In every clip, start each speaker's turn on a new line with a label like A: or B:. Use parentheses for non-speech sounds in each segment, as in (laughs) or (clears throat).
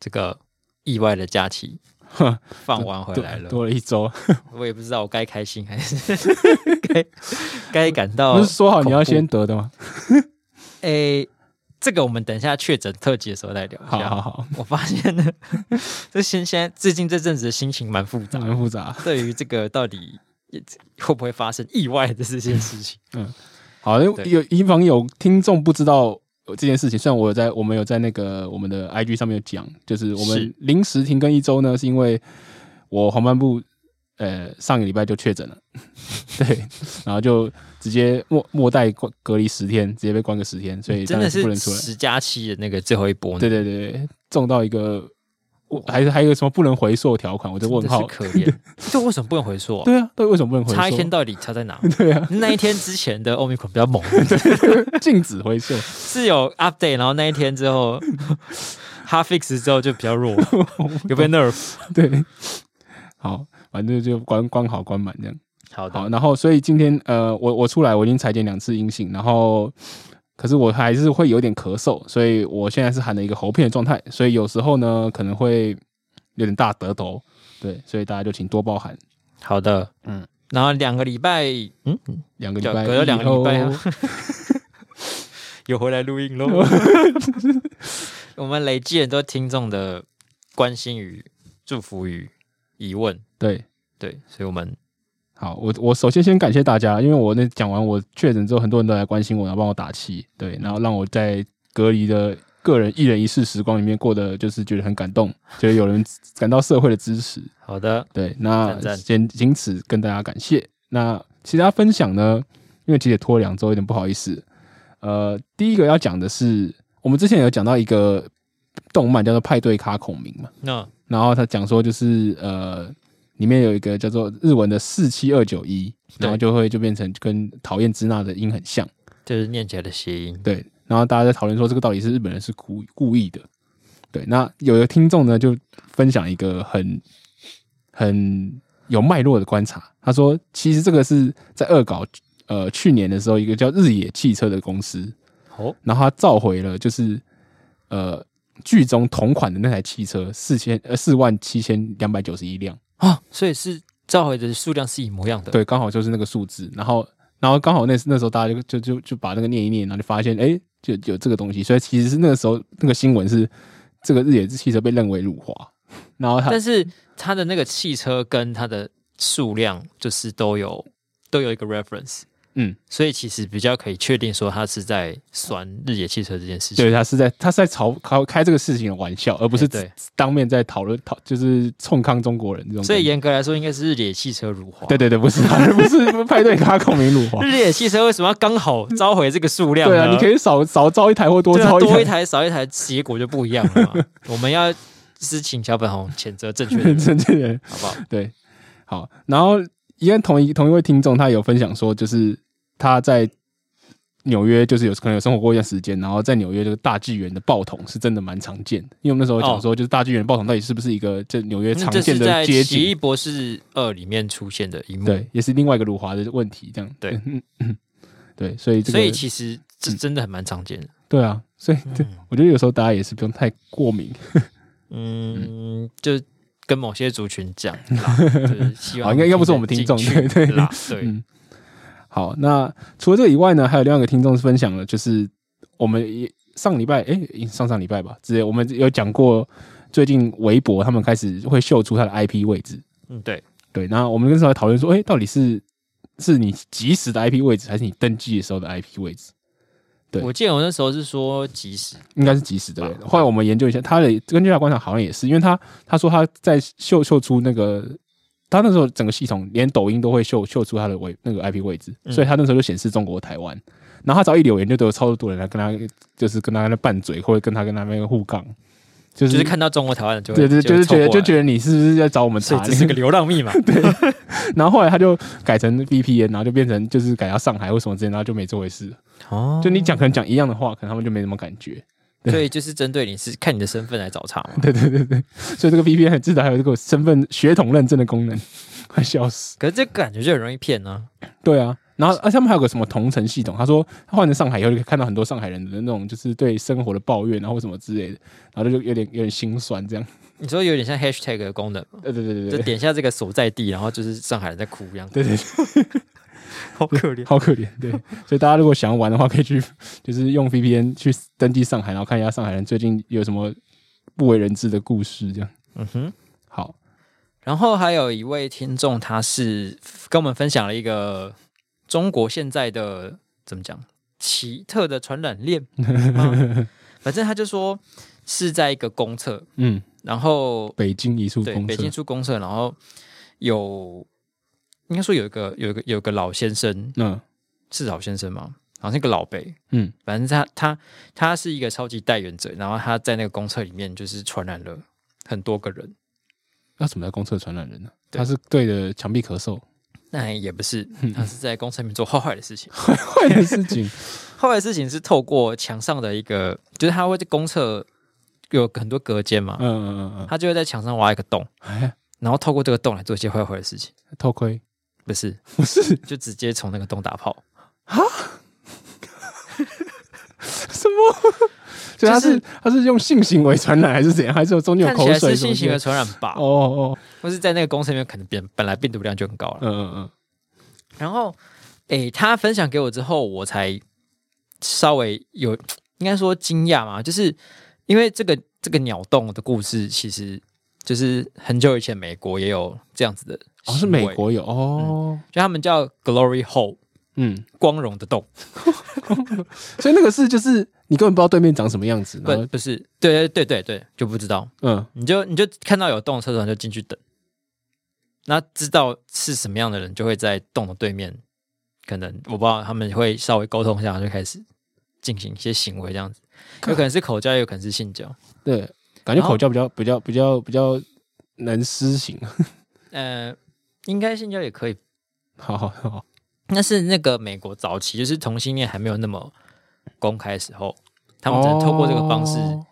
A: 这个意外的假期
B: 哼
A: (laughs) 放完回
B: 多
A: 来了，
B: 多了一周。
A: 我也不知道我该开心还是 (laughs) 该该感到
B: 不是说好你要
A: 哦恐怖
B: 先得的吗？
A: 诶、这个我们等一下确诊特辑的时候再聊一
B: 好
A: 下。
B: 好好，
A: 我发现呢， (laughs) 这现现在最近这阵子的心情蛮复杂
B: 这
A: 的，
B: 蛮复杂。
A: 对于这个到底会不会发生意外的这件事
B: (laughs)
A: 情，
B: 好，因为
A: 对
B: 有以防有听众不知道这件事情，虽然我有在我们有在那个我们的 IG 上面有讲，就是我们
A: 是
B: 临时停更一周呢，是因为我黄斑部呃上个礼拜就
A: (laughs)
B: 确诊了，对，然后就直接末末代关隔离十天，直接被关个十天，所以
A: 真
B: 当
A: 的
B: 然是
A: 是
B: 不能出来。
A: 十加七的那个最后一波呢，
B: 对对对，对中到一个。我还是还有什么不能回溯条款？我就
A: 真
B: 问
A: 的
B: 号
A: 是。可
B: (laughs)
A: 怜。这为什么不能回溯、啊？
B: 对啊，对，为什么不能回溯？
A: 差一天到底差在哪？
B: 对啊，
A: 那一天之前的 Omicron 比较猛，
B: (laughs) 禁止回溯。
A: 是有 update，然后那一天之
B: (laughs)
A: 后哈 fix 之后就比较弱，有被 nerf。
B: 对，好，反正就关关好关满这样。
A: 好的，
B: 好，然后所以今天呃，我我出来我已经裁剪两次阴性，然后可是我还是会有点咳嗽，所以我现在是含了一个喉片的状态，所以有时候呢可能会有点大舌头，对，所以大家就请多包涵。
A: 好的，嗯
B: 嗯，
A: 然后两个礼拜，嗯，
B: 两个礼
A: 就
B: 拜以后，
A: 隔了两个礼拜
B: (laughs)
A: 啊有回来录音喽。我们累积很多听众的关心与祝福与疑问，
B: 对，
A: 对，所以我们
B: 好，我我首先先感谢大家，因为我那讲完我确诊之后，很多人都来关心我，然后帮我打气，对，然后让我在隔离的个人一人一世时光里面过得就是觉得很感动， (laughs) 觉得有人感到社会的支持，
A: 好的，
B: 对，那
A: 赞赞
B: 先仅此跟大家感谢。那其他分享呢，因为其实也拖了两周，有点不好意思。呃，第一个要讲的是，我们之前有讲到一个动漫叫做《派对咖孔明》嘛，
A: 那
B: 然后他讲说就是呃，里面有一个叫做日文的四七二九一，然后就会就变成跟讨厌支那的音很像，
A: 就是念起来的谐音，
B: 对。然后大家在讨论说这个到底是日本人是故故意的，对。那有的听众呢就分享一个很很有脉络的观察，他说其实这个是在恶搞呃去年的时候一个叫日野汽车的公司，
A: 哦，
B: 然后他召回了就是呃剧中同款的那台汽车四千呃四万七千两百九十一辆，
A: 啊，所以是召回的数量是一模一样的，
B: 对，刚好就是那个数字，然后然后刚好那那时候大家就就就就把那个念一念，然后就发现哎、诶就有这个东西，所以其实是那个时候那个新闻是这个日野汽车被认为辱华，然后他
A: 但是它的那个汽车跟它的数量就是都有都有一个 reference，
B: 嗯，
A: 所以其实比较可以确定说它是在酸日野汽车这件事情。
B: 对他是在他是在嘲开开这个事情的玩笑，而不是
A: 诶对
B: 当面在讨论讨就是冲康中国人这种感觉，
A: 所以严格来说，应该是日野汽车辱华。
B: 对对对，不是不是派对咖孔明辱华。
A: 日野汽车为什么要刚好召回这个数量呢？
B: 对啊，你可
A: 以
B: 以少少招一台或多
A: 多
B: 招
A: 多一
B: 台，
A: 台少一台，结果就不一样了
B: (laughs)
A: 嘛。我们要是请小本红谴责正确的人，
B: (laughs) 真的耶
A: 好不好？
B: 对。好，然后因为同一同一位听众，他有分享说，就是他在纽约，就是有可能有生活过一段时间，然后在纽约这个大剧院的报童是真的蛮常见的。因为我们那时候讲说，就是大剧院的报童到底是不是一个这纽约
A: 哦那
B: 常
A: 嗯这
B: 见
A: 是在
B: 的
A: 《
B: 街
A: 奇
B: 景？
A: 异博士二》里面出现的一幕。
B: 对，也是另外一个辱华的问题，这样嗯
A: 对，
B: 对，所以这个
A: 所以其嗯实这真的很蛮常见的。
B: 对啊，所以对、我觉得有时候大家也是不用太过敏。
A: 嗯，就跟某些族群讲
B: (laughs)
A: 啦，就是希望
B: 好应该应该不是我们听众
A: 进去
B: 对对
A: 啦，对
B: 嗯好，那除了这个以外呢，还有另外一个听众分享了，就是我们也上礼拜，哎、上上礼拜吧，之类，我们有讲过，最近微博他们开始会秀出它的 IP 位置，
A: 嗯对，
B: 对，那我们那时候还讨论说，哎、到底是是你即时的 IP 位置，还是你登记的时候的 IP 位置？对
A: 我记得我那时候是说即时，
B: 应该是即时的。对后来我们研究一下，他的根据他观察，好像也是，因为他他说他在秀秀出那个，他那时候整个系统连抖音都会秀秀出他的位那个 IP 位置，
A: 嗯
B: 所以他那时候就显示中国台湾。然后他只要一留言，就都有超多人来跟他，就是跟他在拌嘴，或者跟他跟他那个互杠，就
A: 就是是看到中国台湾的就会
B: 对对，就是觉得就觉
A: 得，
B: 得你是不是在找我们
A: 所
B: 查
A: 以？这是个流浪密码，
B: (laughs) 然后后来他就改成 VPN，然后就变成就是改到上海或什么之类，然后就没这回事了。
A: 哦
B: (laughs) 就你讲可能讲一样的话，可能他们就没什么感觉。
A: 所以就是针对你是看你的身份来找茬嘛。 (laughs)
B: 对对对对，所以这个 VPN 至少还有这个身份血统认证的功能，快笑死。 (laughs)
A: 可是这个感觉就很容易骗呢、
B: 对啊，然后，而且他们还有个什么同城系统，他说他换成上海以后，就可以看到很多上海人的那种就是对生活的抱怨，然后什么之类的，然后就有点有点心酸这样。
A: 你说有点像 hashtag 的功能吗，
B: 对对对
A: 就
B: 对对，
A: 点下这个所在地，然后就是上海人在哭一样，
B: 对对，
A: 好可怜。
B: 好可怜。对，所以大家如果想要玩的话，可以去就是用 VPN 去登记上海，然后看一下上海人最近有什么不为人知的故事这样。
A: 嗯哼。
B: 好，
A: 然后还有一位听众，他是跟我们分享了一个中国现在的怎么讲奇特的传染链吗
B: (laughs)
A: 反正他就说是在一个公厕，
B: 嗯，
A: 然后
B: 北京一处
A: 对
B: 公
A: 北
B: 厕
A: 京，出公厕，然后有应该说有一个有一个有一个老先生
B: 嗯
A: 是老先生吗？好像一个老北，
B: 嗯，
A: 反正他他他是一个超级代言者，然后他在那个公厕里面就是传染了很多个人，
B: 那什么叫公厕传染人呢、
A: 对
B: 他是对着墙壁咳嗽，
A: 那也不是，
B: 嗯
A: 他是在公厕里面做坏坏的事情。
B: 坏的事情。
A: 后来的事情是透过墙上的一个，就是他会在公厕有很多隔间嘛
B: 嗯，嗯嗯嗯，
A: 他就会在墙上挖一个洞，
B: 哎，
A: 然后透过这个洞来做一些坏坏的事情，
B: 偷窥
A: 不是，
B: 不是
A: 就直接从那个洞打炮。
B: 什么？所以他
A: 就是
B: 是他是用性行为传染还是怎样？还是有中间有
A: 看
B: 口
A: 起来
B: 水
A: 是
B: 什么
A: 性行为
B: 的？
A: 传染吧，
B: 哦哦，
A: 或是在那个公厕里面可能变本来病毒量就很高了。
B: 嗯嗯嗯，
A: 然后，诶，他分享给我之后，我才稍微有应该说惊讶嘛，就是因为这个这个鸟洞的故事，其实就是很久以前美国也有这样子的，
B: 哦是美，国有哦，
A: 就他们叫 Glory Hole
B: 嗯，
A: 光荣的洞，
B: 所以那个是就是你根本不知道对面长什么样子，然
A: 不
B: 后
A: 不是，对对对对对，就不知道，
B: 嗯，
A: 你就你就看到有洞的厕所你就进去等，那知道是什么样的人，就会在洞的对面，可能我不知道他们会稍微沟通一下，就开始进行一些行为这样子，有可能是口交，也有可能是性交。
B: 对，感觉口交比较比较比较比较能施行。
A: 呃，应该性交也可以，
B: 好好好，
A: 但是那个美国早期就是同性恋还没有那么公开的时候，他们只能透过这个方式，
B: 哦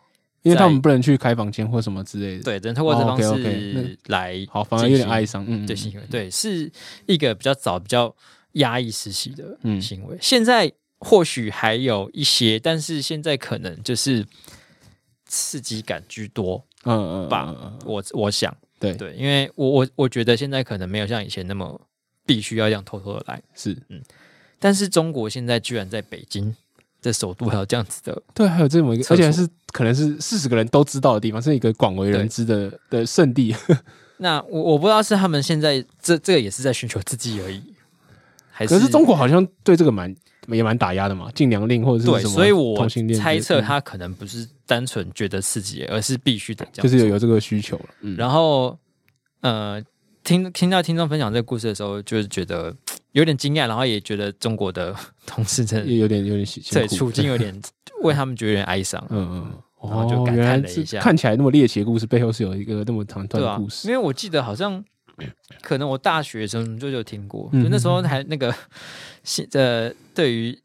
B: 因为他
A: 在
B: 们不能去开房间或什么之类的。，
A: 对，只能透过这
B: 哦
A: 方
B: ，OK，OK，
A: 式来
B: 好，反而有
A: 进
B: 点
A: 行
B: 哀伤。嗯，嗯
A: 对行为，对，是一个比较早、比较压抑时期的
B: 嗯
A: 行为。现在或许还有一些，但是现在可能就是刺激感居多。
B: 嗯嗯嗯
A: 吧
B: 嗯嗯嗯
A: 我我想，
B: 对
A: 对，因为我我我觉得现在可能没有像以前那么必须要这样偷偷的来，
B: 是
A: 但是中国现在居然在北京的首都还有这样子的，
B: 对，还有这么一个，
A: 厕
B: 而且
A: 所
B: 是可能是四十个人都知道的地方，是一个广为人
A: 对
B: 知的的圣地。
A: 那我我不知道是他们现在这这个也是在寻求刺激而已，还
B: 可是中国好像对这个蛮也蛮打压的嘛，禁娘令或者是
A: 对，
B: 什么
A: 所以我
B: 同性恋之
A: 猜测
B: 嗯
A: 他可能不是单纯觉得刺激，而是必须得这样做。
B: 就是有有这个需求了。嗯，
A: 然后，呃，听听到听众分享这个故事的时候，就是觉得嘖有点惊讶，然后也觉得中国的同事真的
B: 也有点有点辛辛
A: 对
B: 苦
A: 处境有点为他们觉得有点哀伤，
B: (laughs) 嗯嗯嗯。
A: 然后就
B: 哦
A: 感
B: 原来
A: 叹了一
B: 是
A: 下
B: 看起来那么猎奇的故事，背后是有一个那么长
A: 对
B: 段的
A: 啊
B: 故，事
A: 因。为我记得好像。 (clears throat) 可能我大学的时候就就听过，
B: 嗯
A: 就那时候还那个性呃，对于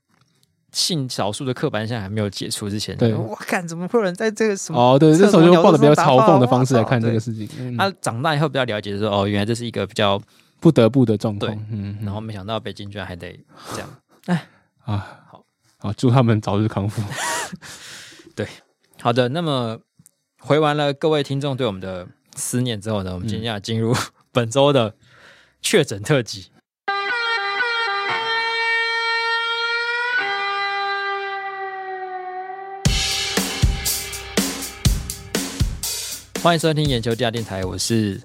A: 性少数的刻板印象还没有解除之前，
B: 对
A: 我看怎么会有人在这个什么
B: 哦，对，
A: 厕
B: 那时候
A: 所
B: 就
A: 鸟
B: 抱着
A: 都
B: 比较
A: 这么
B: 嘲
A: 大
B: 讽
A: 包
B: 的
A: 啊
B: 方式来看这
A: 对啊
B: 个事情，嗯
A: 他长大以后比较了解说，哦，原来这是一个比较，
B: 不得不的状况
A: 对。
B: 嗯，嗯
A: 然后没想到北京居然还得这样。
B: 啊，
A: 好
B: 好，好，祝他们早日康复。 (laughs)
A: 好的，那么回完了各位听众对我们的思念之后呢，我们今天要进入本周的确诊特辑。欢迎收听眼球地下电台，我是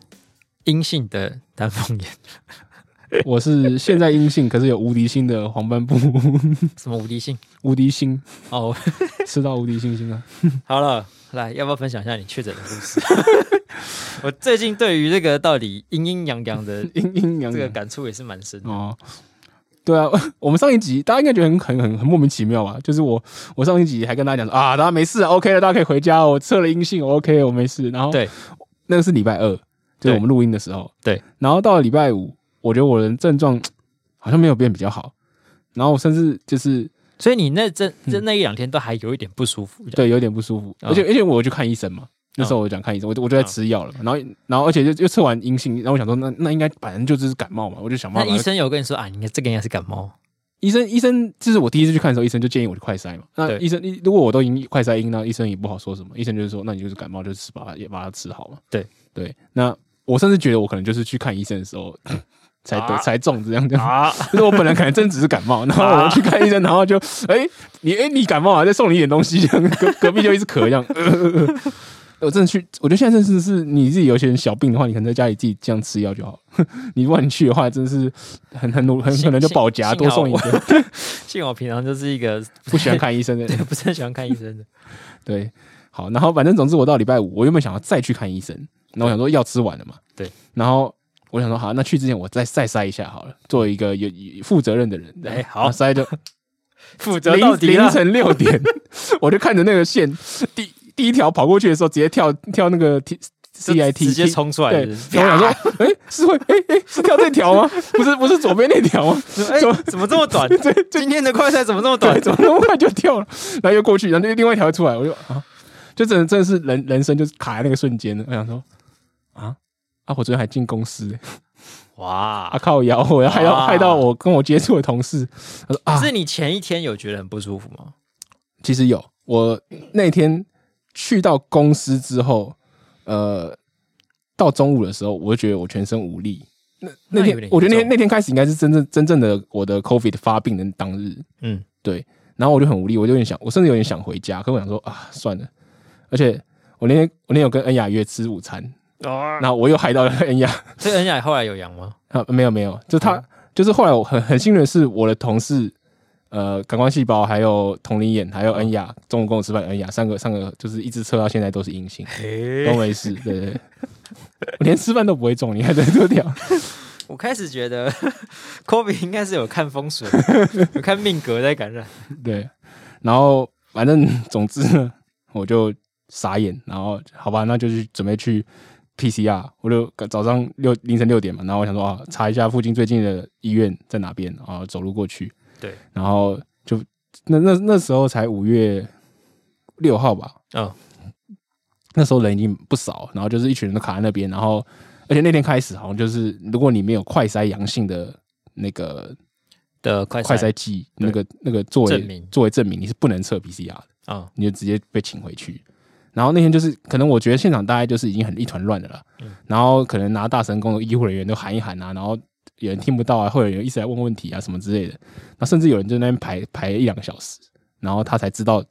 A: 阴性的丹凤 (laughs) 眼，
B: 我是现在阴性，可是有无敌星的黄斑部 (laughs)
A: 什么无敌性
B: 无敌星，
A: 哦，
B: 吃到无敌星星啊！
A: 好了，来，要不要分享一下你确诊的故 (laughs) 事？我最近对于这个到底阴阴阳阳的
B: (laughs) 阴阴阳
A: 这个
B: 阳
A: 感触也是蛮深的。
B: 哦。对啊， (laughs) 我们上一集大家应该觉得很很很很莫名其妙吧？就是我我上一集还跟大家讲说啊，大家没事啊，OK 了，大家可以回家哦，我测了阴性我，OK，我没事。然后
A: 对，
B: 那个是礼拜二，就
A: 对
B: 是我们录音的时候。
A: 对，
B: 然后到了礼拜五，我觉得我的症状好像没有变比较好，然后我甚至就是
A: 所以你那这这那一两天都还有一点不舒服，这样
B: 对有点不舒服，
A: 嗯
B: 而且而且我去看医生嘛，那时候我讲看医生，我就我就在吃药了，然后然后而且就又测完阴性，然后我想说那那应该反正就只是感冒嘛，我就想办
A: 那
B: 法
A: 医生有跟你说啊，你这个应该是感冒，
B: 医生医生就是我第一次去看的时候，医生就建议我去快筛嘛。那
A: 对
B: 医生如果我都已经快筛阴，那医生也不好说什么。医生就是说，那你就是感冒就吃把它也把它吃好嘛。
A: 对
B: 对，那我甚至觉得我可能就是去看医生的时
A: (laughs)
B: 候才得、
A: 啊
B: 才中这样这样。
A: 啊，
B: (laughs) 就是我本来可能真只是感冒，然后我去看医生，然后就 (laughs) 哎、你哎、你感冒啊，再送你一点东西，这样
A: (laughs)
B: 隔隔壁就一直咳这样。 (laughs) 呃呃呃我真的去，我觉得现在真的是你自己有些人小病的话，你可能在家里自己这样吃药就好。 (laughs) 你如果你去的话，真的是很很努，很
A: 幸
B: 可能就保夹
A: 幸
B: 多送一
A: 幸好
B: 点。
A: (laughs) 幸好我平常就是一
B: (laughs)
A: 个
B: 不喜欢看医生的
A: 对，不是很喜欢看医生的。
B: 对，好，然后反正总之我到礼拜五，我原本想要再去看医生，然后我想说药吃完了嘛，
A: 对，
B: 然后我想说好，那去之前我再再筛一下好了，作为一个有有负责任的人，
A: 哎
B: 然后
A: 好
B: 然
A: (laughs)
B: 后筛就
A: 负责
B: 凌
A: 到底啊了
B: 凌，晨六点， (laughs) 我就看着那个线第第一条跑过去的时候，直接跳跳那个 T C I
A: 就
B: T，
A: 直接冲出来
B: 对，
A: 是
B: 然
A: 不
B: (laughs) 后我想说，哎、是会，哎、哎、是跳这条吗？ (laughs) 不是，不是左边那条吗？
A: 是，哎、
B: 怎么
A: 怎么这么
B: (laughs)
A: 短？今天的快赛怎么这么短
B: 对，？怎么那么快就跳了？ (laughs) 然后又过去，然后就另外一条出来，我就啊，就真的真的是人人生就是卡在那个瞬间了。我想说，啊啊，我昨天还进公司、啊
A: 哇！
B: 靠腰，我要害到
A: 哇
B: 害到我跟我接触的同事，他说啊，
A: 是你前一天有觉得很不舒服吗？
B: 其实有，我那天去到公司之后，呃，到中午的时候，我就觉得我全身无力。那
A: 那
B: 那
A: 有
B: 天
A: 点
B: 我觉得那
A: 严重
B: 天那天开始应该是真正真正的我的 COVID 发病的当日，
A: 嗯，
B: 然后我就很无力，我就有点想，我甚至有点想回家，可我想说啊，算了。而且我那天我那天有跟恩雅约吃午餐，
A: 哦，
B: 然后我又害到了恩雅，
A: 所以恩雅后来有阳吗？
B: 啊，没有没有，就
A: 哦
B: 他、就是后来我很很幸运的是，我的同事，呃，感光细胞还有同龄眼还
A: 哦
B: 有恩雅，中午跟我吃饭的恩雅三个三个就是一直测到现在都是阴性，
A: 嘿
B: 都没事，对对对，我连吃饭都不会中，你还在这条，
A: (laughs) 我开始觉得 (laughs) Kobe 应该是有看风
B: (laughs)
A: 水，有看命格在感 (laughs) 染。
B: 对，然后反正 (laughs) 总之呢，我就傻眼，然后好吧，那就去准备去 PCR，我就早上六凌晨六点嘛，然后我想说啊，查一下附近最近的医院在哪边啊，走路过去，
A: 对，
B: 然后就那那那时候才五月六号吧，
A: 嗯，
B: 那时候人已经不少，然后就是一群人都卡在那边，然后而且那天开始好像就是如果你没有快筛阳性的那个
A: 的快
B: 快
A: 赛
B: 筛剂那个那个作
A: 证
B: 为
A: 明
B: 作为证明，你是不能测 PCR 的，
A: 啊，
B: 你就直接被请回去。然后那天就是，可能我觉得现场大概就是已经很一团乱的了啦，然后可能拿大神功的医护人员都喊一喊啊，然后有人听不到啊，或者有人一直来问问题啊什么之类的，那甚至有人就在那边排排一两个小时，然后他才知道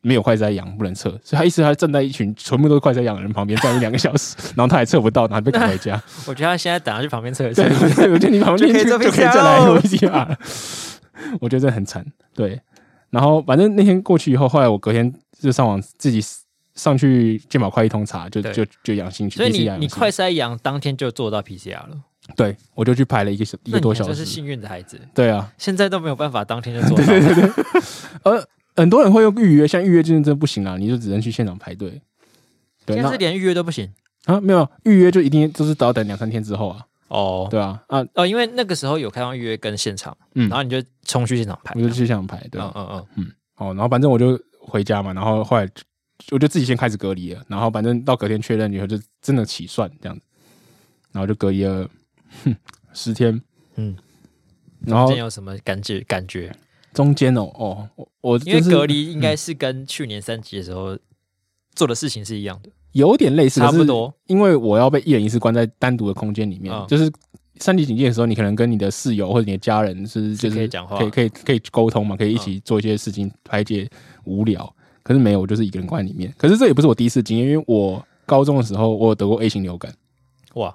B: 没有快筛阳不能测，所以他意思他站在一群全部都是快筛阳的人旁边站一两个小时， (laughs) 然后他还测不到，然后被赶回家。
A: 我觉得他现在等下去旁边测一测
B: 对，，我觉得你旁边
A: 就可以
B: 就
A: 做
B: 可以
A: PCR
B: 再来
A: 咯
B: PCR 了。我觉得这很惨，对。然后反正那天过去以后，后来我隔天就上网自己上去健保快一通查，就
A: 对
B: 就就阳性去。
A: 所以
B: PCR
A: 你
B: 阳
A: 你
B: 性
A: 快筛阳当天就做到 PCR 了，
B: 对，我就去排了一个小
A: 那
B: 一个
A: 你
B: 多
A: 还
B: 小
A: 真是
B: 时。
A: 幸运的孩子，
B: 对啊，
A: 现在都没有办法当天就做
B: (laughs)
A: 到。
B: 很多人会用预约，像预约真的真的不行啦，啊你就只能去现场排队。对，
A: 现
B: 那
A: 在是连预约都不行
B: 啊没有预约就一定就是都要等两三天之后啊，
A: 哦。
B: 对啊啊，
A: 哦，因为那个时候有开放预约跟现场，
B: 嗯
A: 然后你就冲去现场排
B: 我。就去现场排，对啊
A: 嗯嗯嗯，
B: 哦，然后反正我就回家嘛，然后后来就我就自己先开始隔离了，然后反正到隔天确认以后就真的起算这样子，然后就隔离了哼十天，
A: 嗯，
B: 然
A: 今
B: 后
A: 天有什么感觉？感觉？
B: 中间哦哦，我我
A: 因为
B: 就是
A: 隔离应该是跟去年三级的时候做的事情是一样的，
B: 有点类似，
A: 差
B: 可
A: 不
B: 是
A: 多。
B: 因为我要被一人一室关在单独的空间里面，
A: 嗯
B: 就是三级警戒的时候，你可能跟你的室友或者你的家人是就是
A: 是可以讲话嗯
B: 可以可以可以沟通嘛，可以一起做一些事情排解无聊。可是没有，我就是一个人关在里面。可是这也不是我第一次经验，因为我高中的时候我有得过 A 型流感，
A: 哇，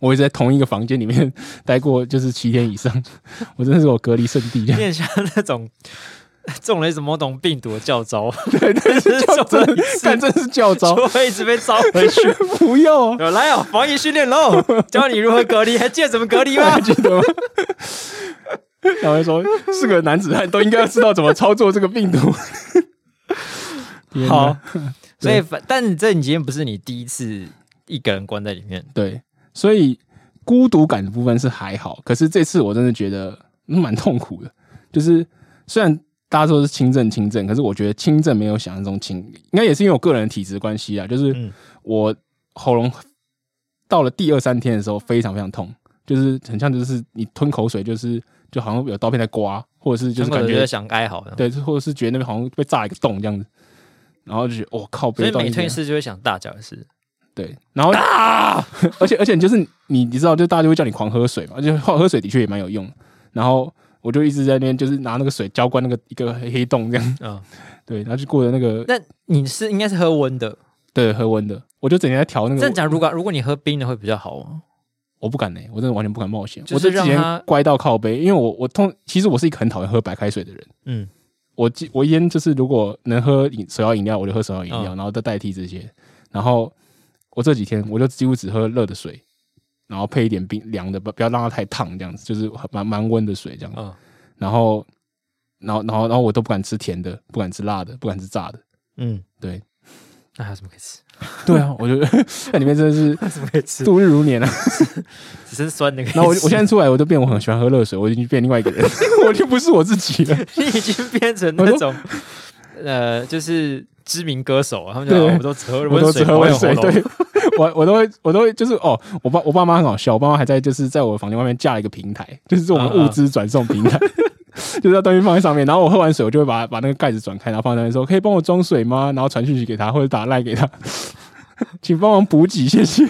B: 我一直在同一个房间里面待过就是七天以上，我真的是我隔离圣
A: (laughs)
B: 地这样。
A: 面像那种中了什么种病毒的教招，
B: (laughs) 对
A: 真
B: 对，
A: 是
B: 教
A: 中了
B: 真
A: 一
B: 的
A: 次
B: 干真是教
A: (laughs)
B: 招，(laughs)
A: 就会一直被招回去。
B: 不要啊！
A: 有 (laughs) 来哦，防疫训练喽，教你如何隔离，还记得怎么隔离
B: (laughs)
A: 吗
B: 还？记得吗？然后就说是个男子汉都应该要知道怎么操作这个病毒。天哪
A: 好， (laughs) 所以反，但这你今天不是你第一次一个人关在里面，
B: 对，所以孤独感的部分是还好，可是这次我真的觉得嗯蛮痛苦的。就是虽然大家说是轻症轻症，可是我觉得轻症没有想象中轻，应该也是因为我个人的体质关系啊。就是
A: 嗯
B: 我喉咙到了第二三天的时候非常非常痛，就是很像就是你吞口水，就是就好像有刀片在刮，或者是就是感
A: 觉
B: 觉
A: 得想哀嚎的。
B: 对，或者是觉得那边好像被炸一个洞这样子，然后就觉得我、哦、靠，
A: 所
B: 被
A: 以
B: 炸
A: 每
B: 一
A: 推
B: 下
A: 一次就会想大叫一次。
B: 对，然后、
A: 啊
B: (laughs) 而且而且就是你你知道，就大家就会叫你狂喝水嘛，就喝喝水的确也蛮有用的。然后我就一直在那边就是拿那个水浇灌那个一个黑黑洞这样， (laughs)
A: 嗯，
B: 对，然后就过了那个
A: 那你是应该是喝温的。
B: 对喝温的，我就整天在调那
A: 这样
B: 个，
A: 讲，如果如果你喝冰的会比较好啊。
B: 我不敢呢、我真的完全不敢冒险，
A: 就是
B: 我之
A: 让它
B: 前乖到靠背，因为我我通其实我是一个很讨厌喝白开水的人。
A: 嗯，
B: 我记我烟就是如果能喝饮手摇饮料，我就喝手摇饮料，然后再代替这些。然后我这几天我就几乎只喝热的水，然后配一点冰凉的，不不要让它太烫，这样子就是蛮蛮温的水这样。
A: 嗯
B: 然后，然后，然后，然后我都不敢吃甜的，不敢吃辣的，不敢吃炸的。
A: 嗯，
B: 对，
A: 那还有什么可以吃？
B: 对啊，我觉得 (laughs) 在里面真的 (laughs) 是
A: 还有什么可以吃？
B: 度日如 (laughs) 年啊。
A: (laughs) 只剩酸的可以吃。
B: 然后我我现在出来，我就变我很喜欢喝热水，我已经变另外一个人， (laughs) 我就不是我自己了。
A: 你 (laughs) 已经变成那种呃，就是知名歌手啊，他们就
B: 对
A: 说哦我都只喝
B: 我
A: 温
B: 都
A: 水，
B: 只喝
A: 保
B: 温
A: 养
B: 水，
A: 喉咙
B: 对我我都会我都会就是哦，我爸我爸妈很好笑，我爸妈还在就是在我房间外面架了一个平台，就是我们
A: 嗯嗯
B: 物资转送平台， (laughs) 就是把东西放在上面，然后我喝完水，我就会把把那个盖子转开，然后放在那边说可以帮我装水吗？然后传讯息给他或者打赖给他， (laughs) 请帮忙补给，谢 (laughs) 谢。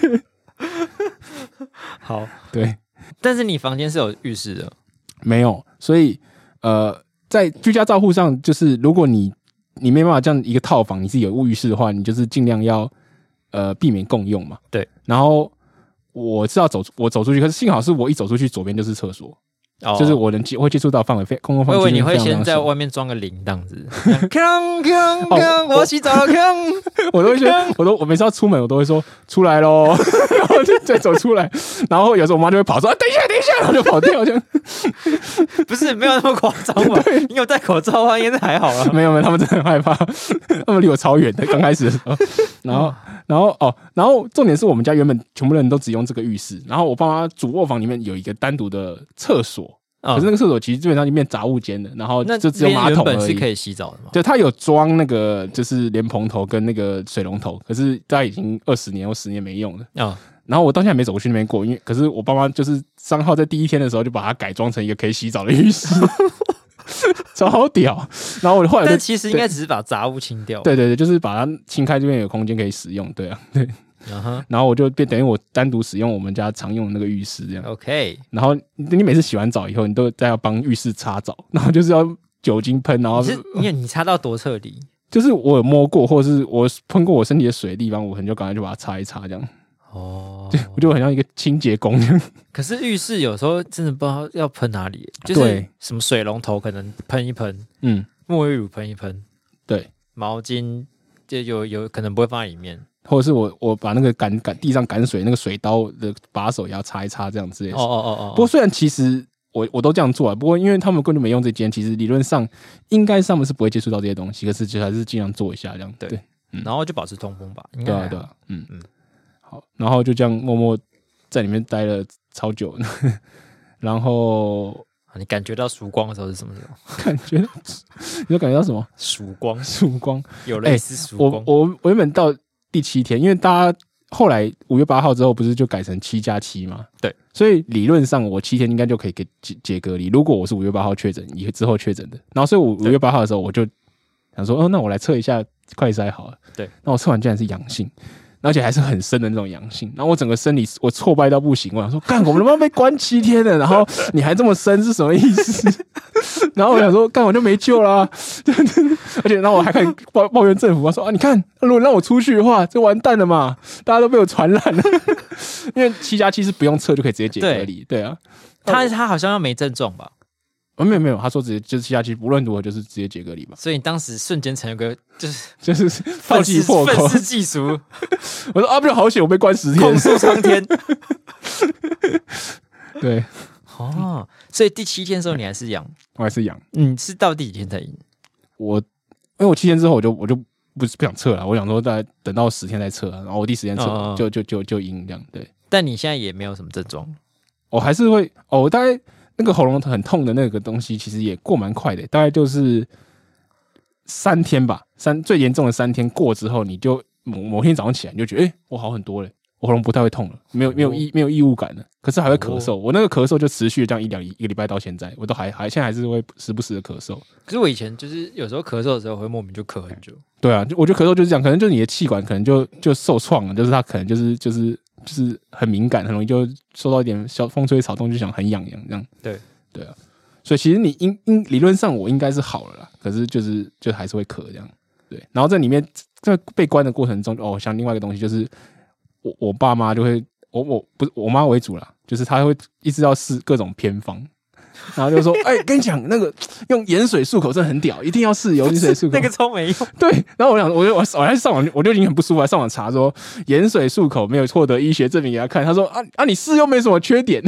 A: 好，
B: 对，
A: 但是你房间是有浴室的，
B: 没有，所以呃，在居家照护上，就是如果你你没办法这样一个套房，你自己有物浴室的话，你就是尽量要呃避免共用嘛。
A: 对，
B: 然后。我知道走出我走出去，可是幸好是我一走出去，左边就是厕所，
A: 哦
B: 就是我能接会接触到范围非公
A: 我
B: 共范
A: 以
B: 围。
A: 为你会
B: 非常
A: 先
B: 非
A: 在
B: 常小
A: 外面装个铃铛
B: (laughs)
A: 子，锵锵锵，
B: 我
A: 我要洗澡了，锵。
B: 我都会觉得，我都我每次要出门，我都会说出来喽， (laughs) 然后就再走出来，然后有时候我妈就会跑说、啊、等一下，等一下，然后就跑掉，就
A: (laughs) 不是没有那么夸张
B: (laughs)
A: 吧？你有戴口罩啊，应该是还好啦。
B: 没有没有，他们真的很害怕，他们离我超远的。刚开始的时候，然后然后哦，然后重点是我们家原本全部人都只用这个浴室，然后我爸妈主卧房里面有一个单独的厕所，
A: 啊
B: (laughs) 可是那个厕所其实基本上就变杂物间的，然后
A: 哦那
B: 就只有
A: 边
B: 马
A: 原
B: 桶
A: 本
B: 而
A: 是
B: 已。
A: 可以洗澡的嘛？
B: 对，它有装那个就是莲蓬头跟那个水龙头，可是大概已经二十年或十年没用了。
A: 啊，
B: 然后我到现在还没走过去那边过，因为可是我爸妈就是三号在第一天的时候就把它改装成一个可以洗澡的浴室，超屌。然后我后来就
A: 但其实应该只是把杂物清掉。，
B: 呃对对对，就是把它清开，这边有空间可以使用，对啊，对。
A: 嗯哼
B: 然后我就变等于我单独使用我们家常用的那个浴室这样。
A: ，OK，
B: 然后你你每次洗完澡以后，你都在要帮浴室擦澡， (laughs) 然后就是要酒精喷，然后
A: 你是你你擦到多彻底
B: 就是我有摸过，或者是我喷过我身体的水的地方，我很就赶快就把它擦一擦，这样
A: 哦。
B: 我就很像一个清洁工这样。
A: 可是浴室有时候真的不知道要喷哪里，就是
B: 对
A: 什么水龙头可能喷一喷，
B: 嗯，
A: 沐浴乳喷一喷，
B: 对。
A: 毛巾就有有可能不会放在里面。
B: 或者是我我把那个赶赶地上赶水那个水刀的把手也要擦一擦，这样之类的
A: 哦。哦哦哦，
B: 不过虽然其实我我都这样做啊，不过因为他们根本没用这间，其实理论上应该他们是不会接触到这些东西，可是就还是尽量做一下这样。
A: 对
B: 对对
A: 然后就保持通风吧。应该还
B: 啊
A: 好
B: 对啊，嗯
A: 嗯
B: 嗯，好，然后就这样默默在里面待了超久，然后
A: 啊你感觉到曙光的时候是什么时候？
B: 感觉你就感觉到什么
A: 曙光
B: 曙光？
A: 有了一丝曙
B: 哎我
A: 光。
B: 我我原本到第七天，因为大家后来五月八号之后不是就改成七加七嘛？
A: 对，
B: 所以理论上我七天应该就可以给解解隔离。如果我是五月八号确诊，以之后确诊的，然后所以我五
A: 对
B: 月八号的时候我就想说，哦，那我来测一下快筛好了。
A: 对，
B: 那我测完竟然是阳性。而且还是很深的那种阳性，然后我整个生理我挫败到不行，我想说，干，我们他妈被关七天了，然后你还这么深是什么意思？ (laughs) 然后我想说，干，我就没救啦、 (laughs) 而且然后我还开始抱抱怨政府，我说啊，你看，如果让我出去的话，就完蛋了嘛，大家都被我传染了。因为七加七是不用测就可以直接解隔离，对啊。
A: 他他好像要没症状吧，
B: 哦，没有没有，他说直接就是七加七，无论如何就是直接解隔离吧，
A: 所以你当时瞬间成了个就是
B: 就是 (laughs) 放弃
A: 世
B: 破口
A: 愤。世嫉俗，
B: 我说啊，不是好险，我被关十
A: 控
B: 天。
A: 诉苍
B: (laughs)
A: 天。
B: 对，
A: 哦，所以第七天的时候你还是
B: (laughs)
A: 阳，
B: 我还是阳。
A: 你是到第几天才阴？
B: 我因为我七天之后我就我就不不想测了，我想说大概等到十天再测，啊然后我第十天测
A: 嗯嗯嗯
B: 就就就就阴这样。对，
A: 但你现在也没有什么症状，
B: 我还是会哦，我大概那个喉咙很痛的那个东西，其实也过蛮快的，大概就是三天吧，三最严重的三天过之后，你就某某天早上起来你就觉得，哎、我好很多了，我喉咙不太会痛了，没有没
A: 哦
B: 有异没有异物感了，可是还会咳嗽。我那个咳嗽就持续这样一两一个礼拜到现在，我都还还现在还是会时不时的咳嗽。
A: 可是我以前就是有时候咳嗽的时候会莫名就咳很久，
B: 对啊，就我觉得咳嗽就是这样，可能就是你的气管可能就就受创了，就是它可能就是就是就是很敏感，很容易就受到一点小风吹草动就想很痒痒这样。
A: 对
B: 对啊，所以其实你应应理论上我应该是好了啦，可是就是就还是会咳这样。对，然后这里面在被关的过程中，哦，像另外一个东西就是我我爸妈就会我我不是我妈为主啦，就是她会一直要试各种偏方。然后就
A: (laughs)
B: 说：“哎、跟你讲，那个用盐水漱口真的很屌，一定要试盐水漱口。
A: 那个超没用。
B: (laughs) 对，然后我想，我就我我还上网，我就已经很不舒服，还上网查说盐水漱口没有获得医学证明给他看。他说啊啊，你试又没什么缺点，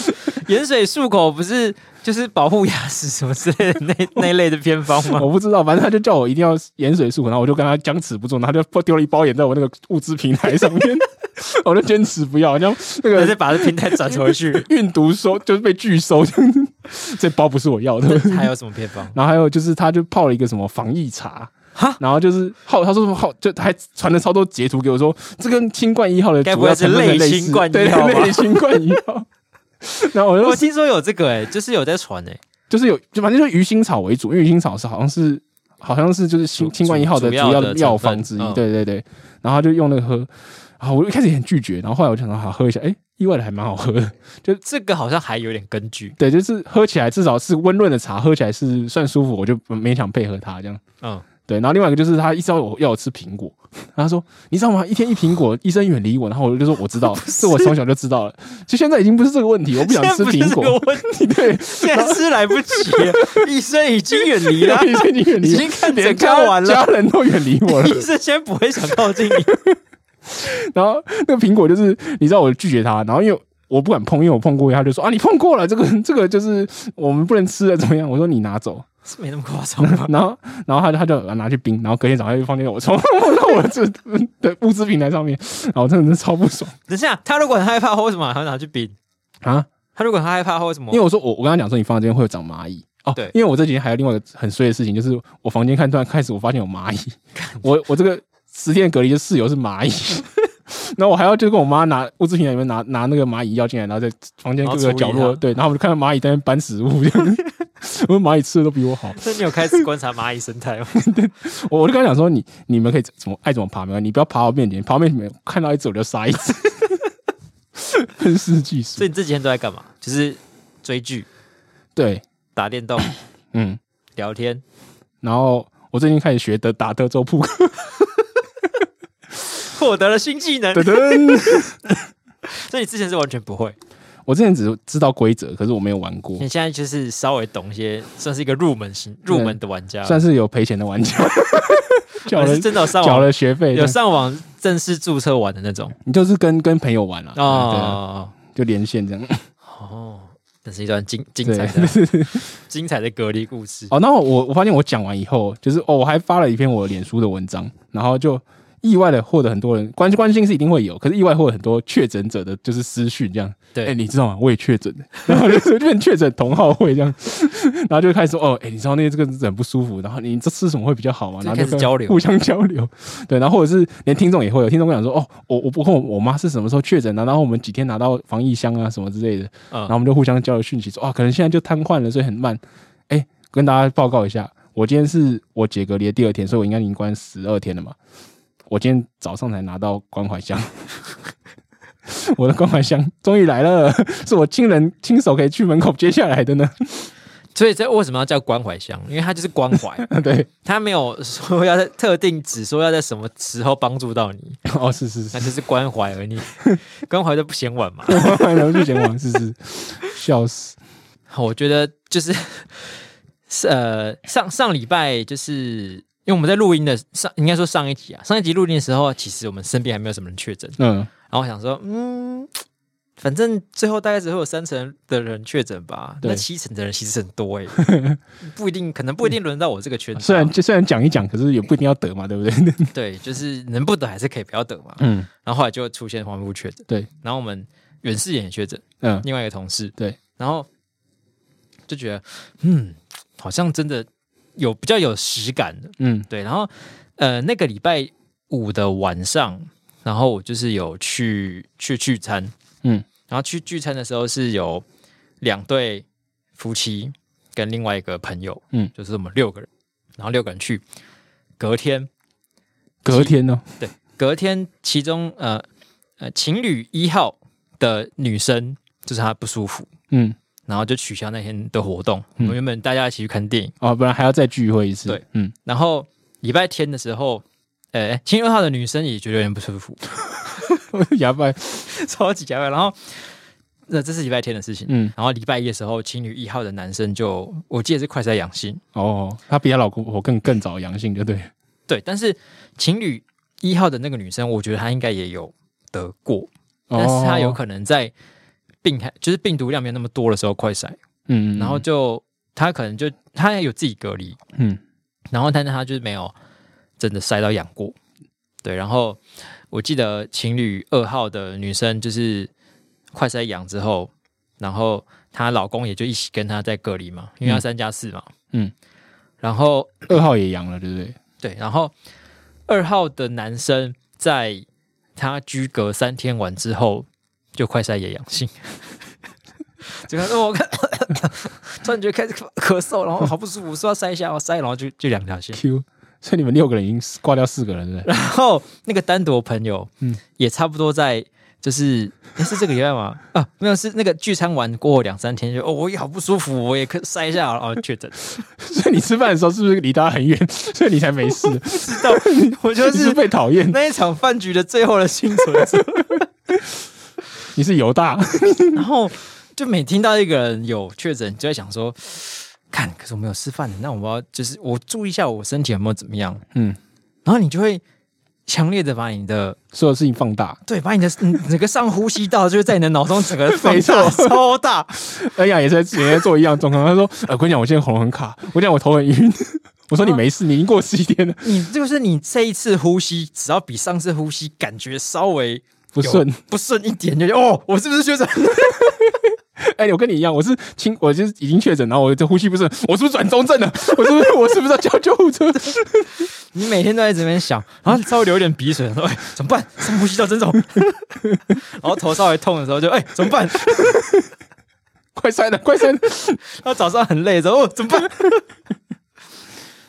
B: (laughs)
A: 盐水漱口不是就是保护牙齿什么之类的那那类的偏方吗？
B: (laughs) 我不知道，反正他就叫我一定要盐水漱口，然后我就跟他僵持不住，然后他就丢了一包盐在我那个物资平台上面， (laughs) 我就坚持不要，好像那
A: 还
B: 个
A: 是把这平台转回去？
B: 运毒收就是被拒收，这包不是我要的。
A: 还有什么偏
B: (laughs)
A: 方？
B: 然后还有就是，他就泡了一个什么防疫茶
A: 哈。
B: 然后就是号，他说什么号，就还传了超多截图给我说，这跟新冠一号的
A: 该不
B: 主要
A: 会是
B: 成分很
A: 类
B: 类
A: 新
B: 似
A: 冠
B: 对
A: 一号吧
B: 类新冠一号。 (laughs) 然后我
A: 我
B: 就
A: 听说有这个哎、就是有在传哎、
B: 就是有，就反正就是鱼腥草为主，因为鱼腥草是好像是好像是就是新
A: 主
B: 新冠一号的
A: 主
B: 主
A: 要
B: 要
A: 的成
B: 药
A: 分
B: 方之一
A: 嗯，
B: 对对对。然后他就用那个喝，啊，我一开始也很拒绝，然后后来我就想到好喝一下，哎，意外的还蛮好喝的，
A: 这个好像还有点根据。
B: 对，就是喝起来至少是温润的茶，喝起来是算舒服，我就勉强配合它这样。
A: 嗯，
B: 对，然后另外一个就是他一直要我要我吃苹果，然后他说你知道吗？一天一苹果，医生远离我。然后我就说我知道，这我从小就知道了。就现在已经不是这个问题，我不
A: 现
B: 想
A: 在
B: 吃
A: 不是
B: 苹
A: 这个
B: 果，
A: 问题，
B: 对，
A: 现在是来不及
B: (laughs)
A: 了，医生已经远离了，
B: 医生已经远离
A: 啊已
B: 我，
A: 经看
B: 连
A: 诊
B: 家
A: 看完
B: 家
A: 了，
B: 人都远离我了。
A: 医生先不会想靠近你。
B: 然后那个苹果就是你知道我拒绝他，然后因为。我不敢碰，因为我碰过，他就说啊，你碰过了，这个这个就是我们不能吃的，怎么样？我说你拿走，
A: 是没那么夸张吧？
B: 然后然后他就他就拿去冰，然后隔天早上就放进我从 (laughs) 到我的这嗯的物资平台上面，然后我真的是超不爽
A: 等一下，他如果很害怕，为什么还要拿去比？
B: 啊！
A: 他如果很害怕，为什么
B: 因为？我说我我跟他讲说你放在这边会有长蚂蚁哦，
A: 对
B: 因为我这几天还有另外一个很衰的事情，就是我房间看突然开始我发现有蚂蚁，我我这个十天隔离的室友是蚂蚁。 (laughs) 然后我还要就跟我妈拿物资平台里面拿拿那个蚂蚁药进来，然后在房间各个角
A: 然后处理
B: 落
A: 它
B: 对，然后我就看到蚂蚁在那边搬食物，这样 (laughs) 我说蚂蚁吃的都比我好，
A: 所以你有开始观察蚂蚁生态吗？ (laughs)
B: 我我就跟他讲说你你们可以怎么爱怎么爬没关系，你不要爬我面前，爬我面前看到一只我就杀一只， (laughs) 喷湿技术
A: 所以你这几天都在干嘛？就是追剧、
B: 对，
A: 打电动、
B: 嗯，
A: 聊天。
B: 然后我最近开始学的打德州扑克，
A: 获得了新技能，
B: 噔噔。
A: 所以你之前是完全不会，
B: 我之前只知道规则，可是我没有玩过，
A: 你现在就是稍微懂一些，算是一个入门型、入门的玩家了。
B: 算是有赔钱的
A: (laughs)
B: 玩家，缴
A: 我
B: 了
A: 哦是真的有上
B: 缴
A: 网
B: 了学费，
A: 有上网正式注册玩的那种
B: 你就是跟跟朋友玩了对啊，
A: 哦
B: 就连线这样。
A: 哦，那是一段精精
B: 对
A: 彩的
B: (laughs)
A: 精彩的隔离故事。
B: 哦，那我我发现我讲完以后，就是哦，我还发了一篇我脸书的文章，然后就意外的获得很多人关关心是一定会有，可是意外获得很多确诊者的就是私讯这样。哎、
A: 对，
B: 你知道吗？我也确诊了，然后就是 (laughs) 变确诊同好会这样，然后就开始说，哦，哎、你知道那个这个很不舒服，然后你这吃什么会比较好吗？
A: 就
B: 然后就
A: 开始交流
B: 互相交流，对，然后或者是连听众也会有听众跟我讲说，哦，我我不过我我妈是什么时候确诊的，啊然后我们几天拿到防疫箱啊什么之类的，
A: 嗯
B: 然后我们就互相交流讯息说，啊，可能现在就瘫痪了，所以很慢。哎、跟大家报告一下，我今天是我解隔离的第二天，所以我应该已经关十二天了嘛。我今天早上才拿到关怀箱， (laughs) 我的关怀箱终于来了，是我亲人亲手可以去门口接下来的呢。 (laughs)
A: 所以这为什么要叫关怀箱？因为它就是关怀，
B: 对，
A: 它没有说要在特定只说要在什么时候帮助到你，
B: (laughs) 哦，是是
A: 那
B: 是，
A: 就是关怀而已。关怀都不嫌晚嘛。
B: 然后就前往是是，笑死，
A: (laughs) 我觉得就是是呃上上礼拜就是因为我们在录音的上应该说上一集啊，上一集录音的时候，其实我们身边还没有什么人确诊，
B: 嗯，
A: 然后我想说嗯。反正最后大概只会有三成的人确诊吧，
B: 对
A: 那七成的人其实很多
B: (laughs)
A: 哎、不一定，可能不一定轮到我这个圈子啊。
B: 虽然虽然讲一讲，可是也不一定要得嘛，对不 (laughs) 对？
A: 对，就是能不得还是可以不要得嘛。
B: 嗯
A: 然后后来就出现黄部确诊，
B: 对，
A: 然后我们远视眼也确诊，
B: 嗯，
A: 另外一个同事，
B: 对，
A: 然后就觉得，嗯，好像真的有比较有实感的，
B: 嗯
A: 对。然后呃，那个礼拜五的晚上，然后我就是有去去聚餐，
B: 嗯，
A: 然后去聚餐的时候是有两对夫妻跟另外一个朋友，
B: 嗯，
A: 就是我们六个人，然后六个人去，隔天
B: 隔天哦呢、
A: 隔天其中呃呃情侣一号的女生就是她不舒服，
B: 嗯，
A: 然后就取消那天的活动，我
B: 嗯
A: 们原本大家一起去看电影，
B: 哦，不然还要再聚会一次。
A: 对，
B: 嗯， (laughs)
A: 然后礼拜天的时候。呃，情侣一号的女生也觉得有点不舒服， (laughs)
B: 牙白，
A: 超级加班。然后，那这是礼拜天的事情。
B: 嗯，
A: 然后礼拜一的时候，情侣一号的男生就，我记得是快筛阳性，
B: 哦，她比她老公我更更早阳性，就对了。
A: 对。但是情侣一号的那个女生，我觉得她应该也有得过，
B: 哦
A: 但是她有可能在病还就是病毒量没有那么多的时候快筛，
B: 嗯，嗯
A: 然后就她可能就她也有自己隔离，
B: 嗯，
A: 然后但是她就是没有真的筛到阳过，对。然后我记得情侣二号的女生就是快筛阳之后，然后她老公也就一起跟她在隔离嘛，因为她三加四嘛，
B: 嗯。
A: 然后
B: 二号也阳了，对不对？
A: 对，然后二号的男生在他居隔三天完之后，就快筛也阳性。 (laughs) 就看，哦我看， (coughs) 突然觉得开始咳嗽，然后好不舒服，说要塞一下，我哦塞，然后就就两条线。
B: Q，所以你们六个人已经挂掉四个人了，对不 (laughs) 对
A: 然后那个单独的朋友，
B: 嗯
A: 嗯，也差不多在就是诶是这个礼拜吗？啊，没有，是那个聚餐完过两三天就哦，我也好不舒服，我也咳塞一下，哦，确诊。
B: 所以你吃饭的时候是不是离他很远， (laughs) 所以你才没事？
A: 知
B: (laughs)
A: 道，我 (laughs) 就
B: 你是
A: 是
B: 被讨厌，
A: 那一场饭局的最后的幸存
B: (laughs)
A: 者。
B: 你是犹大， (laughs)
A: 然后就每听到一个人有确诊，就在想说，看，可是我没有吃饭，那我要就是我注意一下我身体有没有怎么样。
B: 嗯，
A: 然后你就会强烈的把你的
B: 所有事情放大。
A: 对，把你的嗯整个上呼吸道就是在你的脑中整个放
B: (laughs) 没
A: 大
B: 错
A: 超大，
B: 恩哎雅也在也在做一样状况，她说：“呃，我跟你讲，我现在喉咙很卡，我讲我头很晕。”我说：“你没事，你已经过十一天了，
A: 你就是你这一次呼吸只要比上次呼吸感觉稍微。
B: 不顺。”
A: 不顺一点就觉得哦，我是不是确诊？
B: 哎、我跟你一样，我是轻，我就是已经确诊，然后我这呼吸不顺，我是不是转重症了？我是不是我是不是要叫救护车？
A: (laughs)
B: (laughs)
A: 你每天都在这边想，然后啊稍微流一点鼻水，说 (laughs) 哎、怎么办？深呼吸道真重， (laughs) 然后头稍微痛的时候就哎、怎么办？
B: 快塞了，快塞了！
A: 他早上很累，然后、哦、怎么办？ (laughs)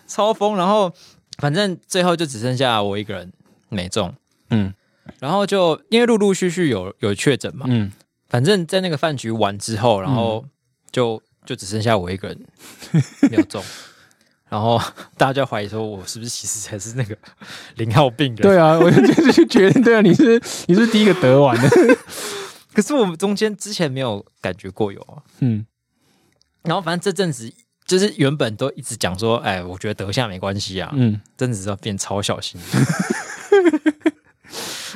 A: 超疯，然后反正最后就只剩下我一个人没中，
B: (laughs) 嗯
A: 然后就因为陆陆续续有有确诊嘛，
B: 嗯，
A: 反正在那个饭局完之后，然后就、就只剩下我一个人没有中，然后大家就怀疑说我是不是其实才是那个 (laughs) 零号病人？，
B: 对啊，我就就是觉得，对 (laughs) 啊，你是你是第一个得完的，
A: 可是我们中间之前没有感觉过有啊，
B: (laughs) 嗯
A: 然后反正这阵子就是原本都一直讲说，哎，我觉得得下没关系啊，
B: 嗯，
A: 真的是要变超小心， (laughs)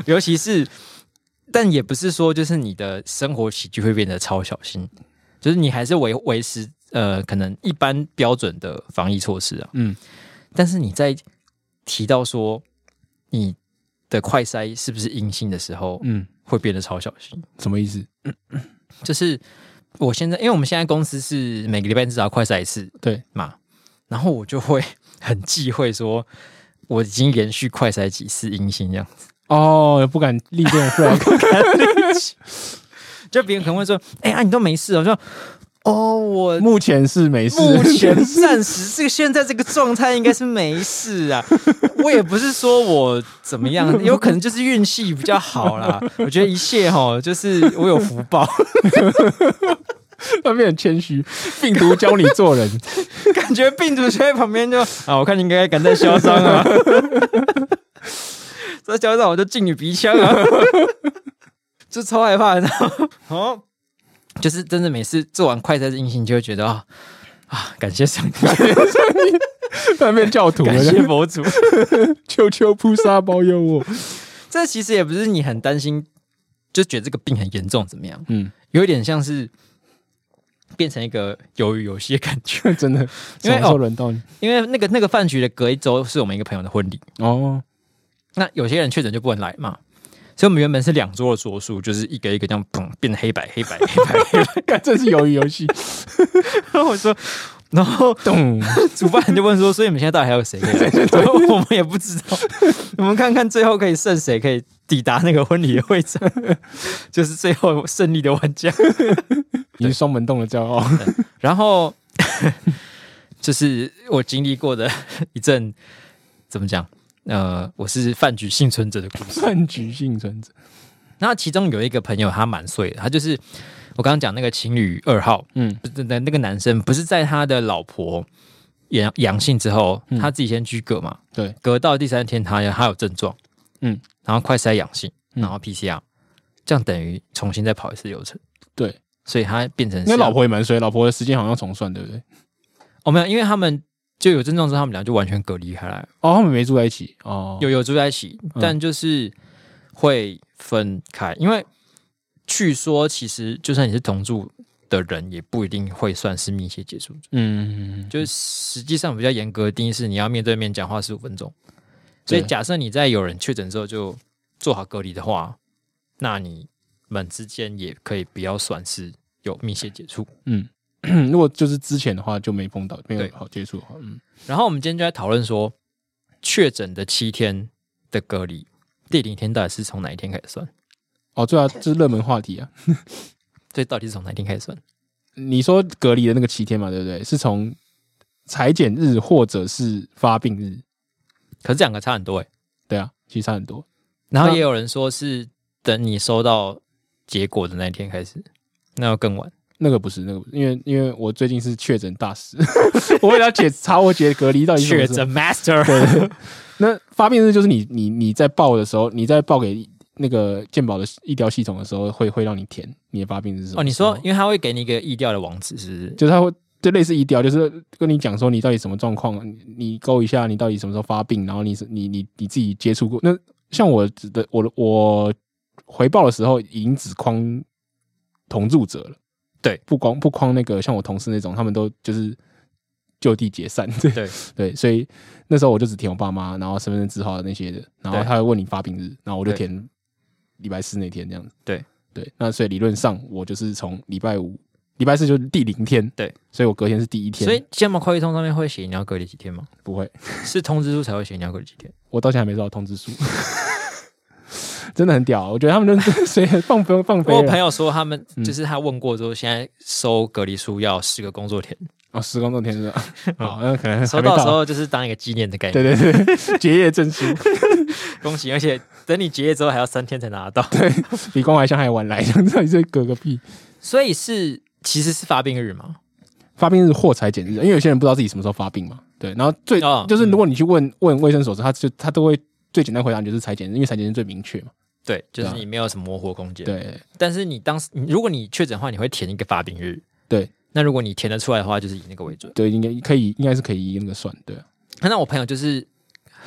A: 尤其是，但也不是说就是你的生活起居会变得超小心，就是你还是维维持呃可能一般标准的防疫措施啊，
B: 嗯，
A: 但是你在提到说你的快筛是不是阴性的时候，
B: 嗯，
A: 会变得超小心，
B: 什么意思？
A: 就是我现在因为我们现在公司是每个礼拜至少要快筛一次，
B: 对，
A: 嘛，然后我就会 (laughs) 很忌讳说，我已经连续快筛几次阴性这样子，
B: 哦，不敢立这种 flag， (laughs)
A: 就别人可能会说，哎、呀、你都没事哦，我说哦，我
B: 目前是没事，
A: 目前暂时这个现在这个状态应该是没事啊，我也不是说我怎么样，有可能就是运气比较好啦，我觉得一切哈，就是我有福报，
B: (laughs) 他变很谦虚，病毒教你做人， (laughs)
A: 感觉病毒就在旁边就 (laughs) 啊，我看你应该敢在嚣张啊， (laughs) 在嚣张我就进你鼻腔啊， (laughs) 就超害怕的。哦，就是真的每次做完快餐阴性就会觉得啊啊，感谢上帝，
B: 他变教徒
A: (laughs) 感
B: 了， (laughs)
A: 谢佛祖。
B: 求求菩萨保佑我。
A: (laughs) 这其实也不是你很担心，就觉得这个病很严重怎么样，
B: 嗯，
A: 有一点像是变成一个鱿鱼游戏的感觉。
B: (laughs) 真的，
A: 因
B: 什
A: 为哦
B: 么时候轮到你？
A: 因为那个那个饭局的隔一周是我们一个朋友的婚礼，
B: 哦，
A: 那有些人确诊就不能来嘛，所以我们原本是两桌的桌数，就是一个一个这样砰变黑白黑白 (laughs) 黑白。黑白
B: (laughs) 干这是鱿鱼游戏， (laughs)
A: 然后我说，然后
B: 咚，
A: 主办人就问说，所以你们现在到底还有谁可以来？我说我们也不知道，我们看看最后可以剩谁可以抵达那个婚礼的会场，就是最后胜利的玩家。
B: 你是双门洞的骄傲， (laughs)
A: 然后就是我经历过的一阵怎么讲？呃，我是饭局幸存者的故事。
B: 算局幸存者。
A: 那其中有一个朋友，他蛮碎的，他就是我刚刚讲那个情侣二号，
B: 嗯
A: 不是那那个男生，不是在他的老婆阳阳性之后，
B: 嗯
A: 他自己先居隔嘛，
B: 对，
A: 隔到第三天他有他有症状，
B: 嗯，
A: 然后快筛阳性，
B: 嗯
A: 然后 PCR，、这样等于重新再跑一次流程，
B: 对，
A: 所以他变成
B: 那
A: 是啊
B: 老婆也蛮衰，老婆的时间好像重算，对不对？
A: 哦没有，因为他们就有症状之后，他们俩就完全隔离开来，
B: 哦，他们没住在一起哦。
A: 有有住在一起，但就是会分开，因为据说其实就算你是同住的人，也不一定会算是密切接触者。
B: 嗯，
A: 就是实际上比较严格的定义是，你要面对面讲话十五分钟。所
B: 对
A: 以假设你在有人确诊之后就做好隔离的话，那你们之间也可以不要算是有密切接触。
B: 嗯 (coughs) 如果就是之前的话就没碰到，没
A: 对
B: 有好接触的话，嗯
A: 然后我们今天就在讨论说，确诊的七天的隔离，第零天到底是从哪一天开始算？
B: 哦，对啊，这是热门话题啊。
A: 这到底是从哪一天开始算？
B: 你说隔离的那个七天嘛，对不对？是从裁剪日或者是发病日，
A: 可是这两个差很多诶、
B: 对啊，其实差很多。
A: 然后
B: 那
A: 也有人说是等你收到结果的那一天开始，那要更晚。
B: 那个不是那个不是，因为因为我最近是确诊大师， (laughs) 我为了解查我姐隔离到底是什么
A: 确
B: 时候
A: 诊 master。 (laughs)
B: 对，那发病日就是你你你在报的时候，你在报给那个健保的医疗系统的时候，会会让你填你的发病日是什么
A: 哦，你
B: 时候
A: 说，因为他会给你一个意调的网址，是不是？
B: 就是他会就类似医疗，就是跟你讲说你到底什么状况，你你勾一下你到底什么时候发病，然后你是你你你自己接触过。那像我的我的我回报的时候，已经只框同住者了，
A: 对，
B: 不光不框那个像我同事那种，他们都就是就地解散， (laughs) 对
A: 对
B: 对，所以那时候我就只填我爸妈，然后身份证字号那些的，然后
A: 对
B: 他会问你发病日，然后我就
A: 对
B: 填礼拜四那天这样子。
A: 对
B: 对，那所以理论上我就是从礼拜五、礼拜四就是第零天，
A: 对，
B: 所以我隔天是第一天，
A: 所以健保快易通上面会写你要隔离几天吗？
B: 不会，
A: 是通知书才会写你要隔离几天。
B: 我到现在还没收到通知书， (laughs) 真的很屌，啊我觉得他们就是 (laughs) 随便放飞放飞
A: 我有朋
B: 了。
A: 友说他们就是他问过之后，现在收隔离书要十个工作 (laughs) 天，
B: 哦，时光这天
A: (laughs)
B: 是吧？好，那可能还
A: 收
B: 没
A: 到的时
B: 到。
A: 候就是当一个纪念的概念，
B: 对对对， (laughs) 结业证书
A: 恭喜！而且等你结业之后还要三天才拿得到，
B: 比关怀箱还晚来，这样到底是隔个屁？
A: 所以是其实是发病日嘛？
B: 发病日或裁剪日，因为有些人不知道自己什么时候发病嘛。对，然后最、
A: 哦
B: 就是如果你去问问卫生所时，他就他都会最简单回答你就是裁剪日，因为裁剪日最明确嘛。
A: 对，就是
B: 对啊
A: 你没有什么模糊空间。，
B: 对
A: 但是你当时你如果你确诊的话，你会填一个发病日。
B: 对，
A: 那如果你填得出来的话，就是以那个为准。
B: 对，应该可以，应该是可以那个算，对
A: 那我朋友就是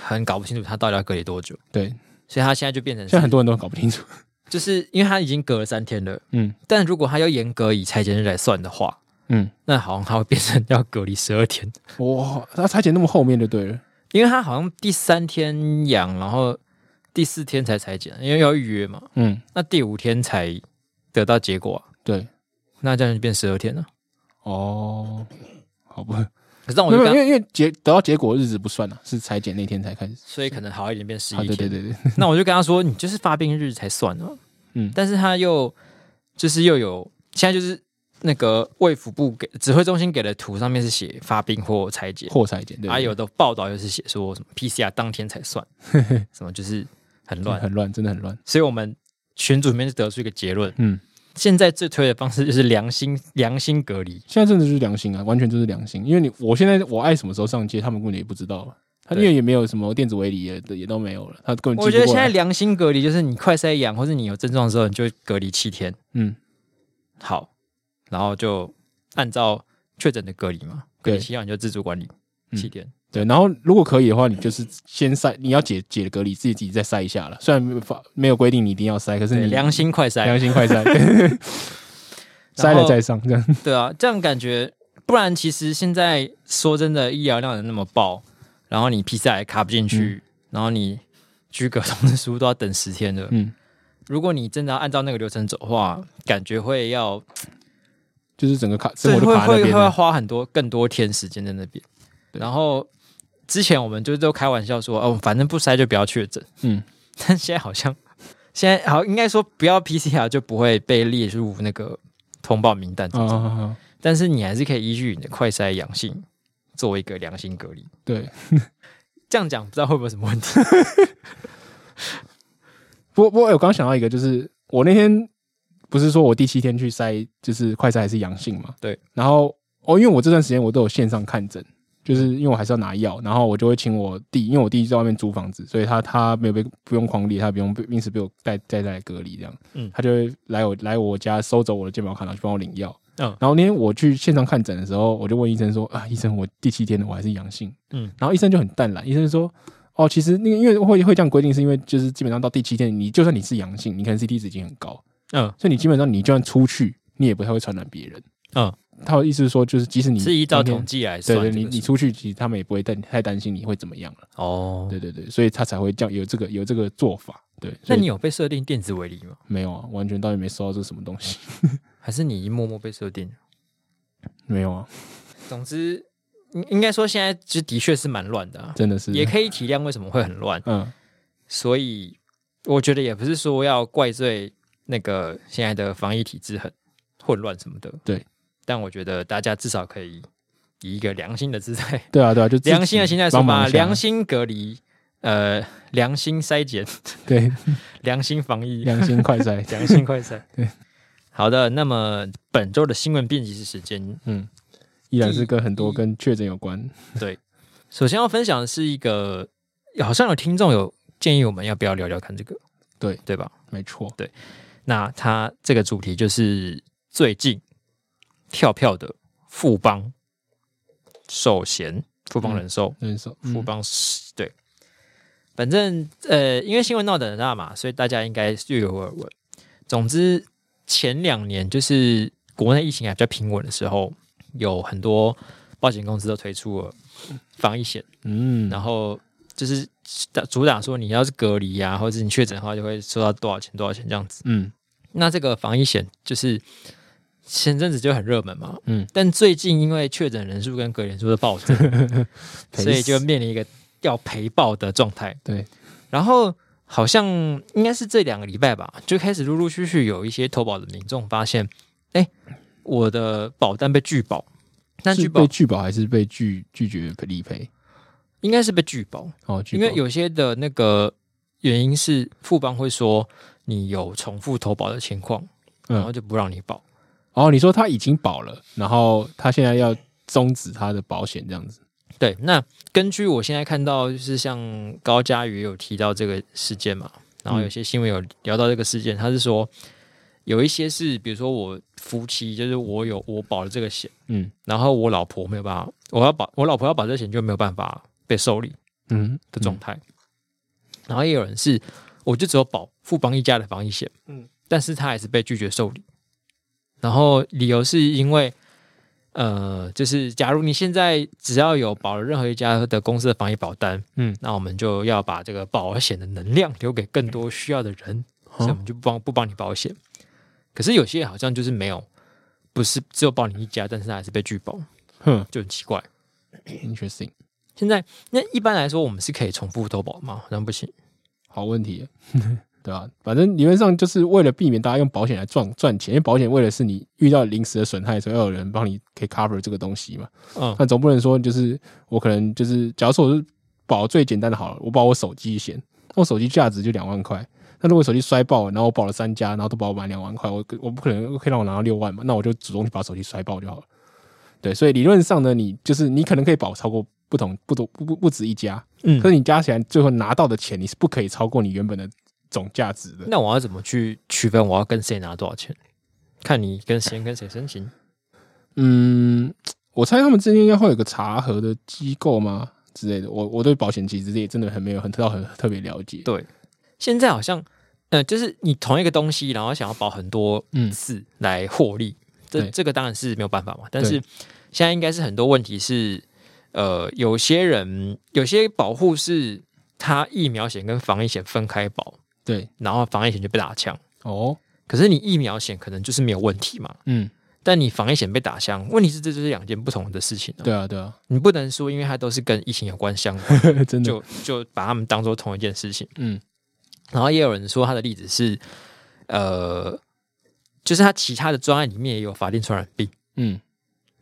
A: 很搞不清楚他到底要隔离多久，
B: 对。
A: 所以他现在就变成
B: 现在 (laughs) 很
A: 是，
B: 多人都搞不清
A: (laughs)
B: 楚，
A: 就是因为他已经隔了三天了，
B: 嗯
A: 但如果他要严格以裁剪日来算的话，
B: 嗯，
A: 那好像他会变成要隔离十二天，
B: 哇，他裁剪那么后面就对了，
A: 因为他好像第三天阳，然后第四天才裁剪，因为要预约嘛，
B: 嗯，
A: 那第五天才得到结果、啊，
B: 对，
A: 那这样就变十二天了。
B: 哦，好不，
A: 可是让我
B: 没
A: 就
B: 有，
A: 跟
B: 因
A: 他，
B: 为因为结得到结果的日子不算啊，是裁剪那天才开始，
A: 所以可能好一点变十一
B: 啊，
A: 天、
B: 对对对对，
A: (laughs) 那我就跟他说，你就是发病日才算啊。
B: 嗯
A: 但是他又就是又有现在就是那个卫福部给指挥中心给的图上面是写发病或裁剪，
B: 或裁剪，对，
A: 还、啊有的报道又是写说什么 PCR 当天才
B: (laughs)
A: 算，什么就是很
B: 对
A: 乱。
B: 很乱，真的很乱，
A: 所以我们群组里面就得出一个结论，
B: 嗯，
A: 现在最推的方式就是良心良心隔离，
B: 现在真的就是良心啊，完全就是良心。因为你我现在我爱什么时候上街，他们根本也不知道，啊他因
A: 对
B: 为也没有什么电子围篱也也都没有了，他根本
A: 我觉
B: 记
A: 得
B: 嗯不
A: 现
B: 过
A: 在
B: 来。
A: 良心隔离就是你快筛阳或是你有症状的时候，你就隔离七天，
B: 嗯，
A: 好，然后就按照确诊的隔离嘛，隔离
B: 对
A: 期间你就自主管理
B: 嗯
A: 七天，
B: 对。然后如果可以的话，你就是先筛，你要解解隔离，自己自己再筛一下了。虽然没有法没有规定你一定要筛，可是
A: 对，
B: 你
A: 良心快筛，
B: 嗯良心
A: (laughs)
B: 快筛，对筛
A: 然后
B: 了再上这样。
A: 对啊，这样感觉，不然其实现在说真的，医疗量能那么爆，然后你 PCR 也卡不进去，然后你居隔通知书都要等十天的，
B: 嗯，
A: 如果你真的要按照那个流程走的话，感觉会要，
B: 就是整个卡生
A: 对，
B: 活就
A: 会
B: 卡在那
A: 会会
B: 边
A: 要
B: 了。
A: 花很多更多天时间在那边，
B: 对
A: 然后。 (laughs) 之前我们就都开玩笑说，哦，反正不筛就不要确诊。
B: 嗯，
A: 但现在好像现在好，应该说不要 PCR 就不会被列入那个通报名单之中，
B: 啊，
A: 但是你还是可以依据你的快筛阳性做一个良性隔离。
B: 对。
A: 这样讲不知道会不会有什么问题？ (laughs)
B: 不过不哎过，我刚想到一个，就是我那天不是说我第七天去筛，就是快筛还是阳性嘛？
A: 对。
B: 然后哦，因为我这段时间我都有线上看诊，就是因为我还是要拿药，然后我就会请我弟，因为我弟在外面租房子，所以他他没有被不用狂烈，他不用被因此被我带带来隔离这样。
A: 嗯
B: 他就会来我来我家收走我的健保卡，然后去帮我领药。
A: 嗯
B: 然后那天我去线上看诊的时候，我就问医生说：“啊，医生，我第七天了，我还是阳性。”
A: 嗯，
B: 然后医生就很淡然，医生说：“哦，其实那个因为会会这样规定，是因为就是基本上到第七天，你就算你是阳性，你可能 CT 值已经很高，
A: 嗯，
B: 所以你基本上你就算出去，你也不太会传染别人。”
A: 嗯，
B: 他的意思是说，就是即使你
A: 是依照
B: 今天
A: 统计来算
B: 对
A: 这个
B: 对，
A: 数。
B: 你你出去，其实他们也不会太太担心你会怎么样了。
A: 哦，
B: 对对对，所以他才会这样有这个有这个做法。对，
A: 那
B: 所以
A: 你有被设定电子围篱吗？
B: 没有啊？完全到底没收到这什么东西？
A: 还是你默默被设定？
B: 没有
A: 嗯
B: 啊，
A: 总之，应应该说现在就的确是蛮乱的、啊，
B: 真的是
A: 也可以体谅为什么会很乱。
B: 嗯
A: 所以我觉得也不是说要怪罪那个现在的防疫体制很混乱什么的。
B: 对，
A: 但我觉得大家至少可以以一个良心的姿
B: (laughs)
A: 态，
B: 对啊对啊，就自己
A: 良心的心态说
B: 帮忙
A: 嘛，
B: 一下
A: 良心隔离，呃，良心筛检，呃
B: 对
A: 良心防疫，
B: 良心快筛，
A: (laughs) 良心快筛。
B: 对，
A: 好的，那么本周的新闻编辑室时间，
B: 嗯， (laughs) 依然是跟很多跟确诊有关。
A: 首先要分享的是一个，好像有听众有建议我们要不要聊聊看这个，
B: 对
A: 对吧？
B: 没错，
A: 那它这个主题就是最近跳票的富邦寿险、富邦人寿、
B: 人手
A: 富邦、对，反正呃，因为新闻闹得很大嘛，所以大家应该略有耳闻。总之，前两年就是国内疫情还比较平稳的时候，有很多保险公司都推出了防疫险。
B: 嗯，
A: 然后就是打主打说你要是隔离啊，或者是你确诊的话，就会收到多少钱多少钱这样子。
B: 嗯
A: 那这个防疫险就是前阵子就很热门嘛，
B: 嗯，
A: 但最近因为确诊人数跟隔离人数的暴增，
B: (laughs) 赔死
A: 所以就面临一个要赔爆的状态。
B: 对，
A: 然后好像应该是这两个礼拜吧，就开始陆陆续续有一些投保的民众发现，哎，我的保单被拒保，但拒
B: 是被
A: 保
B: 拒保还是被拒拒绝理赔？
A: 应该是被拒保，
B: 哦，拒
A: 因
B: 保
A: 为有些的那个原因是富邦会说你有重复投保的情况，
B: 嗯
A: 然后就不让你保。
B: 哦，你说他已经保了，然后他现在要终止他的保险这样子。
A: 对，那根据我现在看到，就是像高佳瑜有提到这个事件嘛，然后有些新闻有聊到这个事件，他是说有一些是，比如说我夫妻，就是我有我保了这个险，
B: 嗯
A: 然后我老婆没有办法，我要保我老婆要保这个险就没有办法被受理
B: 嗯
A: 的状态。然后也有人是，我就只有保富邦一家的防疫险，
B: 嗯
A: 但是他还是被拒绝受理。然后理由是因为，呃，就是假如你现在只要有保了任何一家的公司的防疫保单，
B: 嗯，
A: 那我们就要把这个保险的能量留给更多需要的人，所以我
B: 哦
A: 们就不帮不帮你保险。可是有些人好像就是没有，不是只有保你一家，但是他还是被拒保，
B: 嗯哼
A: 就很奇怪。
B: ，interesting，
A: 现在那一般来说，我们是可以重复投保吗？好像不行。
B: 好问题耶。 (laughs) 对啊，反正理论上就是为了避免大家用保险来赚赚钱，因为保险为了是你遇到临时的损害的时候，要有人帮你可以 cover 这个东西嘛。
A: 嗯
B: 那总不能说就是我可能就是，假如说我是保最简单的好了，我保我手机险，那我手机价值就两万块。那如果手机摔爆了，然后我保了三家，然后都保我满两万块，我我不可能可以让我拿到六万嘛？那我就主动去把手机摔爆就好了。对，所以理论上呢，你就是你可能可以保超过不同不同不不不止一家，
A: 嗯
B: 可是你加起来最后拿到的钱，你是不可以超过你原本的总价值的。
A: 那我要怎么去区分我要跟谁拿多少钱？看你跟先跟谁申请。
B: 嗯，我猜他们之间应该会有个查核的机构吗之类的。我我对保险其实也真的很没有很特很特别了解。
A: 对，现在好像，呃，就是你同一个东西，然后想要保很多
B: 嗯
A: 次来获利，这
B: 对
A: 这个当然是没有办法嘛。但
B: 对
A: 是现在应该是很多问题是，呃，有些人有些保护是他疫苗险跟防疫险分开保，
B: 对，
A: 然后防疫险就被打枪。
B: 哦，
A: 可是你疫苗险可能就是没有问题嘛，
B: 嗯，
A: 但你防疫险被打枪，问题是这就是两件不同的事情、啊。
B: 对啊，对啊，
A: 你不能说，
B: (laughs)
A: 因为它都是跟疫情有关相关，
B: 真的，
A: 就就把它们当做同一件事情。
B: 嗯，
A: 然后也有人说他的例子是，呃，就是他其他的专案里面也有法定传染病，
B: 嗯，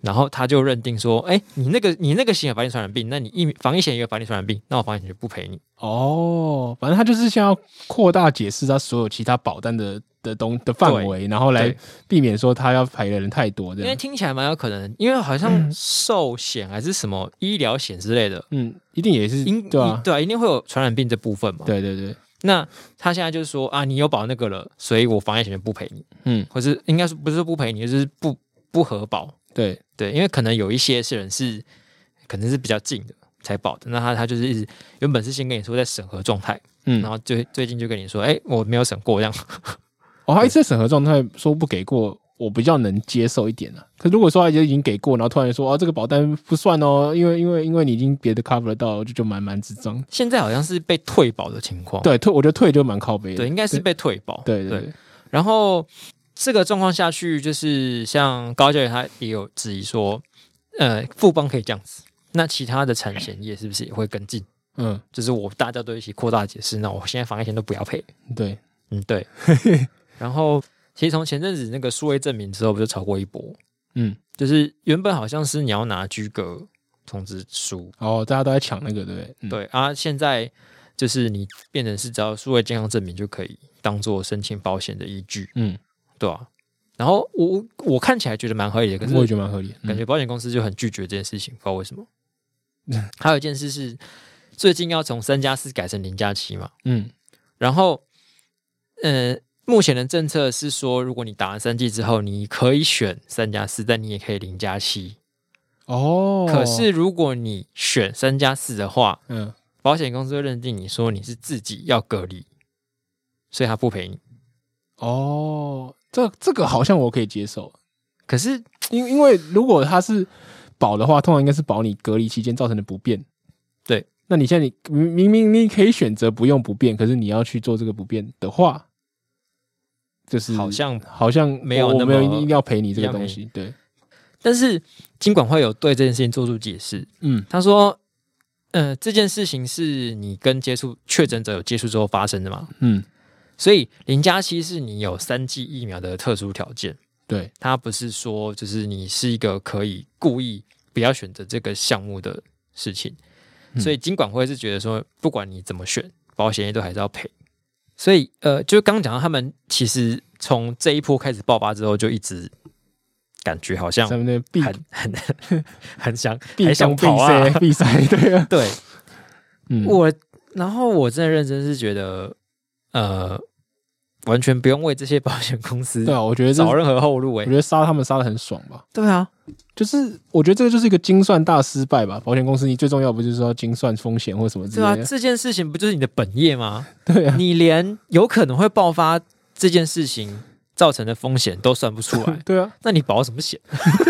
A: 然后他就认定说，哎，你那个你那个险有法定传染病，那你疫防疫险也有法定传染病，那我防疫险就不赔你。
B: 哦，反正他就是想要扩大解释他所有其他保单的的东的范围，然后来
A: 对
B: 避免说他要赔的人太多这
A: 因为
B: 样。
A: 听起来蛮有可能，因为好像寿险还是什么医疗险之类的，
B: 嗯，一定也是
A: 应
B: 对啊，
A: 对啊，一定会有传染病这部分嘛。
B: 对啊对对，
A: 那他现在就是说啊，你有保那个了，所以我防疫险就不赔你，
B: 嗯，
A: 或是应该是不是不赔你，就是不不核保。
B: 对，
A: 对，因为可能有一些是人是可能是比较近的才保的，那他他就是一直原本是先跟你说在审核状态，
B: 嗯
A: 然，后最最近就跟你说，哎、我没有审过这样。
B: 哦，他一直在审核状态说不给过，我比较能接受一点啊。可如果说他已经给过，然后突然说哦这个保单不算哦，因为因为因为你已经别的 cover 到了，就就蛮蛮智障。
A: 现在好像是被退保的情况，
B: 对，退我觉得退就蛮靠背的。
A: 对，应该是被退保。
B: 对对对，
A: 然后这个状况下去，就是像高教授他也有质疑说，呃，富邦可以这样子，那其他的产险业是不是也会跟进？
B: 嗯，
A: 就是我大家都一起扩大解释，那我现在防疫险都不要赔。
B: 对，
A: 嗯，
B: (laughs)
A: 对。然后其实从前阵子那个数位证明之后，不就炒过一波？
B: 嗯，
A: 就是原本好像是你要拿居格通知书，
B: 哦，大家都在抢那个，对不对？嗯，
A: 对啊，现在就是你变成是只要数位健康证明就可以当做申请保险的依据。
B: 嗯，
A: 对啊。然后我我看起来觉得蛮合理的，可
B: 我也
A: 是
B: 觉得蛮合理的。嗯
A: 感觉保险公司就很拒绝这件事情，不知道为什么。还有一件事是，最近要从三加四改成零加七嘛，
B: 嗯，
A: 然后，呃，目前的政策是说，如果你打完三剂之后，你可以选三加四，但你也可以零加七。
B: 哦，
A: 可是如果你选三加四的话，
B: 嗯，
A: 保险公司会认定你说你是自己要隔离，所以他不赔你。
B: 哦，这这个好像我可以接受，
A: 可是
B: 因因为如果他是保的话，通常应该是保你隔离期间造成的不便。
A: 对，
B: 那你现在你明明明你可以选择不用不便，可是你要去做这个不便的话，就是
A: 好像
B: 好像
A: 没有
B: 我
A: 那
B: 我没有
A: 么
B: 一定要赔你这
A: 一
B: 个
A: 样欸
B: 东
A: 赔
B: 西。对，
A: 但是金管会有对这件事情做出解释，
B: 嗯
A: 他说，呃，这件事情是你跟接触确诊者有接触之后发生的嘛，
B: 嗯，
A: 所以零加七是你有三剂疫苗的特殊条件，
B: 对，
A: 它不是说就是你是一个可以故意不要选择这个项目的事情，
B: 嗯
A: 所以金管会是觉得说，不管你怎么选，保险业都还是要赔。所以，呃，就刚讲到他们其实从这一波开始爆发之后，就一直感觉好像
B: 咱们的必
A: 很很 (laughs) 很想
B: 必
A: 还
B: 攻
A: 想
B: 必
A: 跑啊
B: 塞， (laughs) 必塞，对
A: (laughs)
B: 啊，
A: 对
B: (laughs) 嗯，
A: 我，然后我真的认真是觉得，呃，完全不用为这些保险公司
B: 对啊，我觉得这
A: 找
B: 我
A: 任何后路哎、
B: 觉得杀他们杀的很爽吧。
A: 对啊，
B: 就是我觉得这个就是一个精算大失败吧。保险公司你最重要不就是说要精算风险或什么之
A: 对啊，
B: 类的？
A: 这件事情不就是你的本业吗？
B: (laughs)
A: (laughs)
B: 对啊，
A: 你连有可能会爆发这件事情造成的风险都算不出来，
B: (laughs) 对啊，
A: 那你保什么险？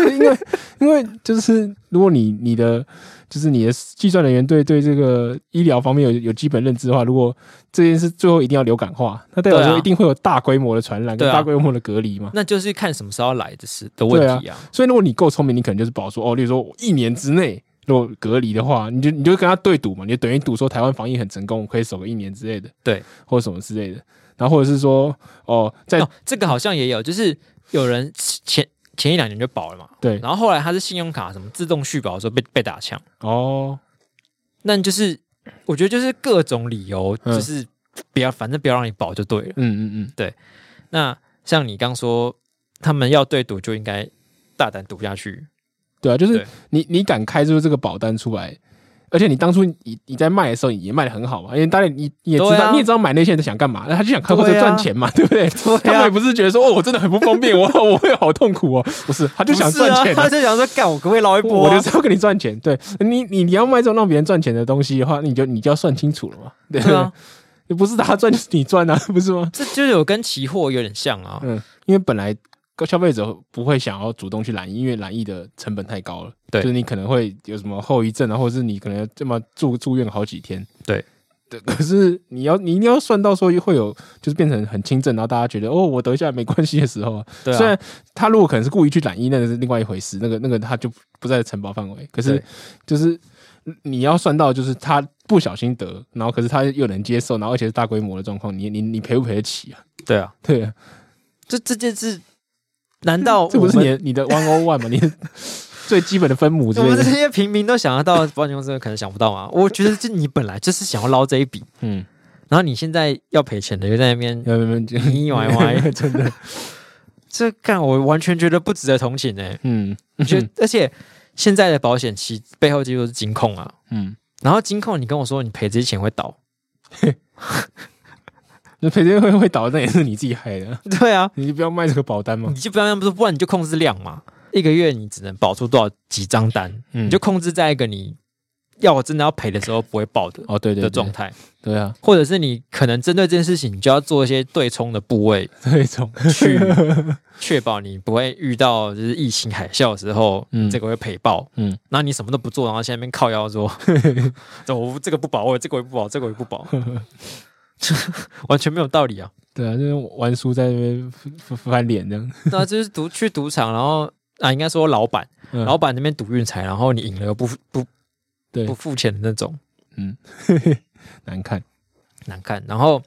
B: 因为因为就是如果你你的就是你的计算人员对对这个医疗方面有有基本认知的话，如果这件事最后一定要流感化，那代表
A: 对啊
B: 说一定会有大规模的传染跟
A: 对啊
B: 大规模的隔离嘛。
A: 那就是看什么时候来的事的问题啊。
B: 所以如果你够聪明，你可能就是保说哦，例如说我一年之内如果隔离的话，你就你就跟他对赌嘛，你就等于赌说台湾防疫很成功，我可以守个一年之类的，
A: 对，
B: 或者什么之类的。然后或者是说哦，在
A: 哦，这个好像也有，就是有人前前一两年就保了嘛，
B: 对
A: 然后后来他是信用卡什么自动续保的时候被被打枪。
B: 哦，
A: 那就是我觉得就是各种理由，
B: 嗯
A: 就是不要，反正不要让你保就对了。
B: 嗯嗯
A: 那像你刚说，他们要对赌就应该大胆赌下去，
B: 嗯，对啊，就是
A: 对
B: 你你敢开出这个保单出来，而且你当初你你在卖的时候也卖的很好嘛，因为当然你你也知
A: 对
B: 道、
A: 啊
B: 你也知道买那些人在想干嘛，那他就想靠这个
A: 对啊啊
B: 赚钱嘛，对不对？ (laughs) 他们也不是觉得说哦，我真的很不方便，我 (laughs) 我会好痛苦哦，不是，他就想赚
A: 不
B: 钱、
A: 是啊他就想说干，我可不可以捞一波
B: 我
A: 啊、
B: 就是要跟你赚钱，对你，你你要卖这种让别人赚钱的东西的话，你就你就要算清楚了嘛，对
A: 对啊，
B: (laughs) 不是他赚就是你赚啊，不是吗？
A: 这就有跟期货有点像啊。
B: 嗯，因为本来消费者不会想要主动去染疫，因为染疫的成本太高了，
A: 对
B: 就是你可能会有什么后遗症啊，或者是你可能要这么住住院好几天，
A: 对
B: 对。可是你要你一定要算到说会有就是变成很轻症，然后大家觉得哦我得一下没关系的时候啊，
A: 对
B: 虽
A: 啊
B: 然，他如果可能是故意去染疫，那个是另外一回事，那个那个他就不在承包范围。可是
A: 对
B: 就是你要算到，就是他不小心得，然后可是他又能接受，然后而且是大规模的状况，你你你赔不赔得起啊？
A: 对啊，
B: 对啊，
A: 这这件事，难道
B: 这
A: 我
B: 不是
A: 们
B: 你的你的 one o one 吗？你的 (laughs) 最基本的分母之
A: 我
B: 类
A: 们这
B: 的，
A: 些平民都想得到保险公司，可能想不到啊。我觉得这你本来就是想要捞这一笔，
B: 嗯，
A: 然后你现在要赔钱的又在那边，
B: 要不然就
A: 你歪歪
B: (laughs) 真的，
A: 这干我完全觉得不值得同情哎、
B: 嗯，
A: 我觉得，而且现在的保险其背后技术是金控啊，
B: 嗯，
A: 然后金控你跟我说你赔这些钱会倒，
B: 那赔钱会会倒，那也是你自己害的，
A: 对啊，
B: 你就不要卖这个保单嘛
A: 你，就不要那么说，不然你就控制量嘛，一个月你只能保出多少几张单，
B: 嗯
A: 你就控制在一个你要真的要赔的时候不会爆的
B: 哦，对对
A: 的状
B: 对，
A: 态，
B: 对啊，
A: 或者是你可能针对这件事情，你就要做一些对冲的部
B: (laughs)
A: 位，
B: 这种，
A: 去确保你不会遇到就是疫情海啸的时候，
B: 嗯
A: 这个会赔爆。
B: 嗯，
A: 那你什么都不做，然后现在那边靠腰
B: (laughs)
A: 说，这我这个不保，我哦这个也不保，这个也不保，完全没有道理啊！
B: 对啊，就是玩输在那边翻翻翻脸这样，
A: 那就是赌去赌场，然后啊，应该说老板，
B: 嗯
A: 老板那边赌运财，然后你赢了又不不
B: 对
A: 不付钱的那种，
B: 难看，
A: 难看。然后，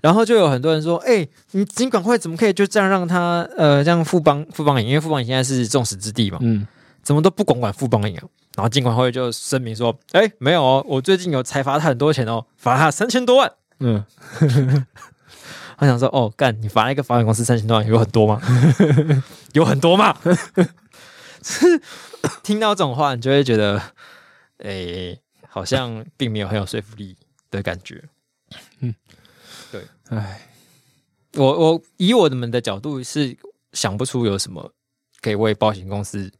A: 然后就有很多人说：“哎、你尽管会怎么可以就这样让他呃，让富邦富邦赢？因为富邦赢现在是众矢之的嘛，
B: 嗯，
A: 怎么都不管管富邦赢啊。”然后金管会就声明说：“哎、没有哦，我最近有才罚他很多钱哦，罚他三千多万。
B: 嗯，”
A: 我想说：“哦，干，你罚一个保险公司三千多万有很多吗？ (laughs) 有很多吗？” (laughs) 就是听到这种话，你就会觉得，哎、好像并没有很有说服力的感觉。
B: 哎，
A: 我我以我们的角度是想不出有什么可以为保险公司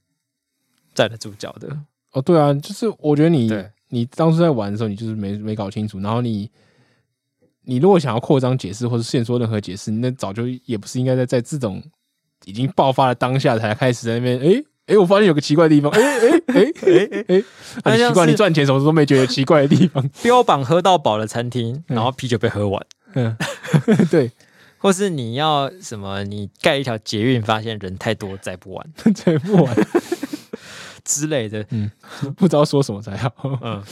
A: 站得住脚的。
B: 哦，对啊，就是我觉得你
A: 对
B: 你当初在玩的时候，你就是没没搞清楚，然后你。你如果想要扩张解释或者现说任何解释，那早就也不是应该在在这种已经爆发的当下才开始在那边，诶诶，我发现有个奇怪的地方，诶诶诶诶诶，
A: 那
B: 很
A: 像
B: 奇怪，
A: 是
B: 你赚钱什么时候都没觉得有奇怪的地方，
A: 标榜喝到饱的餐厅，然后啤酒被喝完，
B: 嗯， (laughs) 对，
A: 或是你要什么，你盖一条捷运发现人太多载不完
B: 这不玩，
A: 之类的。
B: 嗯不知道说什么才好，
A: 嗯，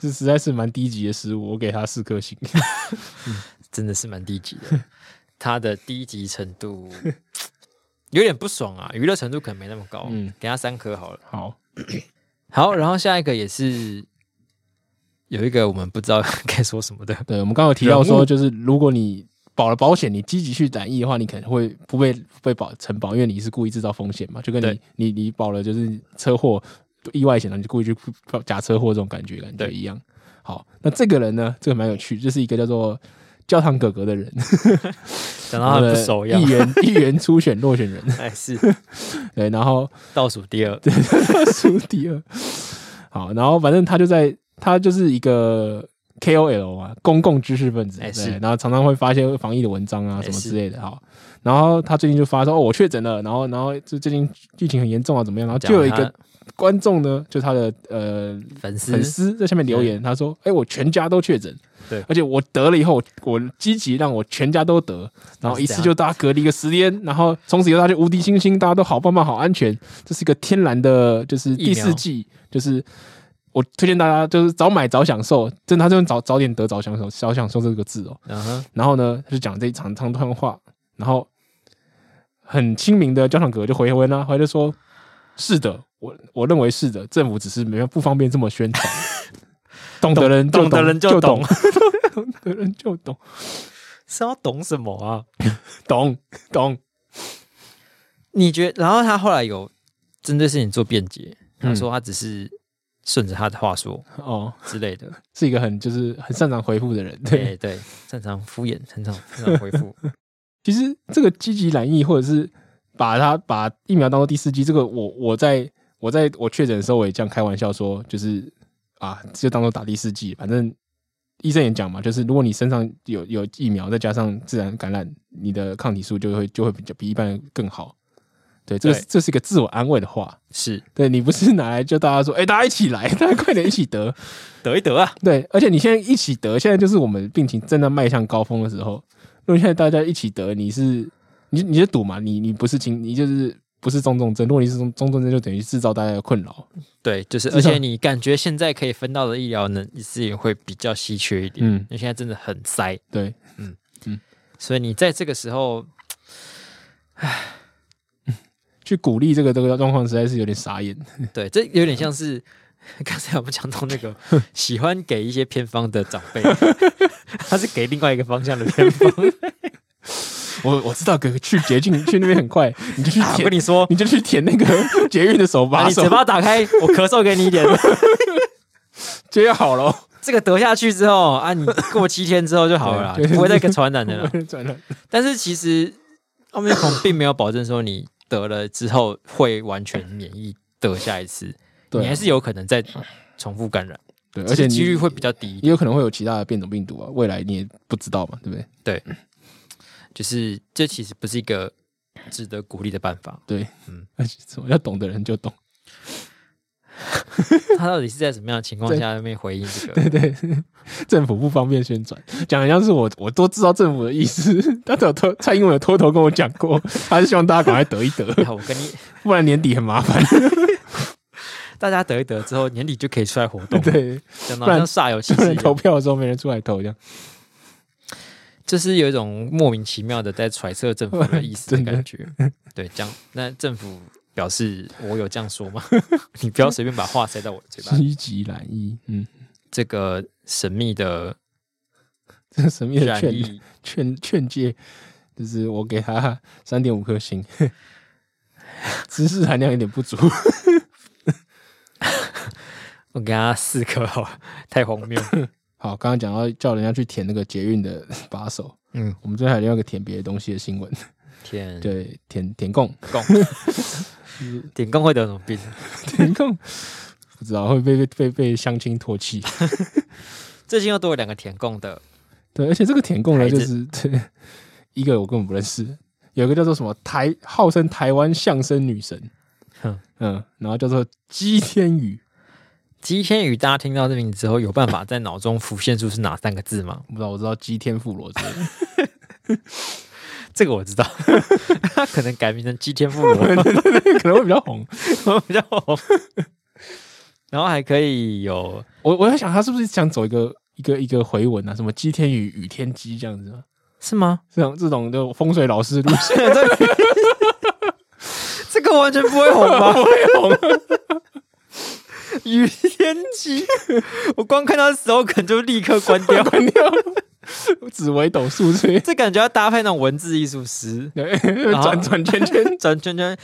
B: 这实在是蛮低级的失误，我给他四颗星。
A: 真的是蛮低级的。他的低级程度有点不爽啊，娱乐程度可能没那么高。
B: 嗯
A: 给他三颗好了。
B: 好，
A: 好，然后下一个也是有一个我们不知道 (laughs) 该说什么的，
B: 对我们刚刚有提
A: 人
B: 到
A: 物
B: 说，就是如果你保了保险，你积极去染疫的话，你可能会不被被保承保，因为你是故意制造风险嘛，就跟你
A: 对
B: 你你保了就是车祸意外险，然后你故意去假车祸这种感觉感觉
A: 对
B: 一样。好，那这个人呢，这个蛮有趣，这是一个叫做教堂哥哥的人，
A: 讲到他啊很不熟一样 (laughs)
B: 议。员议员初选落选人，
A: 哎，是
B: 对，然后
A: 倒数第
B: (laughs)
A: 二，
B: 数第二。好，然后反正他就在，他就是一个 KOL 啊，公共知识分子，
A: 哎
B: 对
A: 是
B: 然后常常会发一些防疫的文章啊
A: 哎
B: 什么
A: 是
B: 之类的。好，然后他最近就发说，哦，我确诊了，然后然后就最近疫情很严重啊，怎么样？然后就有一
A: 讲
B: 个
A: 他
B: 观众呢，就他的呃
A: 粉丝
B: 粉丝在下面留言，他说：“哎、我全家都确诊，
A: 对
B: 而且我得了以后，我积极让我全家都得，然后一次就大家隔离个十天，然后从此以后大家就无敌星星，大家都好棒棒，好安全，这是一个天然的，就是第
A: 疫苗
B: 四季，就是。”我推荐大家就是早买早享受，真的，他就用早早点得早享受，早享受这个字哦。
A: 嗯哼，
B: 然后呢，他就讲这一长长段话，然后很亲民的交响哥就回文啦、回来就说：“是的，我我认为是的，政府只是没有不方便这么宣
A: (laughs)
B: 传，懂的人就
A: 懂的人
B: 就
A: 就懂，
B: (laughs) 懂的人就懂，
A: 是要懂什么啊？
B: 懂懂。
A: 你觉然后他后来有针对事情做辩解，他
B: 嗯
A: 说他只是顺着他的话说
B: 哦，
A: 之类的。
B: 是一个很就是很擅长回复的人。 (laughs) 对，
A: 对对，擅长敷衍，擅长擅长回复。
B: 其实这个积极染疫，或者是把它把疫苗当做第四剂，这个我我在我在我确诊的时候，我也这样开玩笑说，就是啊，就当做打第四剂，反正医生也讲嘛，就是如果你身上有有疫苗，再加上自然感染，你的抗体数就会就会比较比一般人更好。对，这个
A: 对
B: 这是一个自我安慰的话。
A: 是
B: 对你不是拿来就大家说，哎、大家一起来，大家快点一起得。
A: 得一得啊，
B: 对，而且你现在一起得，现在就是我们病情正在迈向高峰的时候。如果现在大家一起得，你是你你就赌嘛，你你不是轻，你就是不是中重症，如果你是中中重症，就等于制造大家的困扰。
A: 对，就是
B: 至
A: 而
B: 少
A: 且你感觉现在可以分到的医疗呢资源会比较稀缺一点，
B: 嗯
A: 因为现在真的很塞，
B: 对，
A: 所以你在这个时候，
B: 去鼓励这个这个状况实在是有点傻眼。
A: 对，这有点像是刚才我们讲到那
B: (laughs)
A: 个喜欢给一些偏方的长辈，他是给另外一个方向的偏
B: (laughs)
A: 方。
B: 我我知道，哥去捷径去那边很快，你就
A: (laughs)
B: 去
A: 啊我
B: 舔，
A: 跟你说，
B: 你就去舔
A: (laughs)
B: 那个捷运的手
A: 把
B: 把
A: 你
B: 手
A: 嘴，巴打开，我咳嗽给你一
B: (laughs)
A: 点，
B: 就要好了。
A: (laughs) 这个得下去之后啊，你过七天之后就好了啦，
B: 对
A: 不会再给传染的了。
B: (laughs) 转了，
A: 但是其实奥密克
B: (coughs)
A: 戎并没有保证说你得了之后会完全免疫得下一次，
B: 对啊
A: 你还是有可能再重复感染，
B: 对，而且
A: 只是几率
B: 你
A: 会比较低一点。
B: 也有可能会有其他的变种病毒啊，未来你也不知道嘛，对不对？
A: 就是这其实不是一个值得鼓励的办
B: (laughs)
A: 法。
B: 对，
A: 嗯
B: 嗯，要懂的人就懂。
A: 他到底是在什么样的情况下那边回应这个？
B: 对 (laughs) 对，政府不方便宣传，讲得像是我我都知道政府的意思， (laughs) 但是有偷蔡英文有偷偷跟我讲过，他是希望大家赶快得一得， (laughs)
A: 啊我跟你
B: 不然年底很麻烦。
A: 大家得一得之后，年底就可以出来活动，
B: (laughs) 对，
A: 讲到
B: 不然
A: 像煞有其
B: 不
A: 事一
B: 然投
A: 样，
B: 票的时候没人出来投，这样
A: 就是有一种莫名其妙的在揣测政府的意思的
B: 真的
A: 感觉。对，这样那政府表示我有这样说吗？你不要随便把话塞到我的嘴巴里。
B: (laughs) 积极懒意，嗯，
A: 这个神秘的
B: 这是神秘的
A: 染
B: 劝
A: 疫，
B: 劝劝诫，就是我给他三点五颗星， (laughs) 知识含量有点不足。 (laughs)
A: 我给他四颗好了，太荒谬。
B: 好，刚刚讲到叫人家去舔那个捷运的把手，
A: 嗯，
B: 我们这边还有另外一个舔别的东西的新闻，
A: 天，
B: 对，舔舔供，
A: 供点供会得什么病？
B: 舔供，不知道会被被被被相亲唾弃。
A: 最近又多了两个填供的，
B: 对，而且这个舔供呢，
A: 孩子
B: 就是 (laughs) 对一个我根本不认识，有一个叫做什么台，号称台湾相声女神
A: 哼，
B: 嗯，然后叫做姬天宇，
A: 吉天宇，大家听到这名字之后，有办法在脑中浮现出是哪三个字吗？
B: 我不知道，我知道姬天妇罗之类的，
A: 这个我知道， (laughs) 他可能改名成吉天妇罗
B: (laughs) 可能会比较红。
A: 比较红， (laughs) 然后还可以有
B: 我我在想，他是不是想走一个一个一个回文啊，什么姬天宇雨天姬这样子啊？
A: 是 (laughs) 吗？
B: 这种这种就风水老师路线
A: 这个完全不会红 (laughs) 吧？
B: 会红，
A: 雨天机，我光看到 slogan 就立刻关掉，
B: 关掉， (laughs) 紫微斗数之类的，
A: 这感觉要搭配那种文字艺术诗，
B: 对
A: 啊
B: (laughs) 转转圈圈。
A: 转圈圈，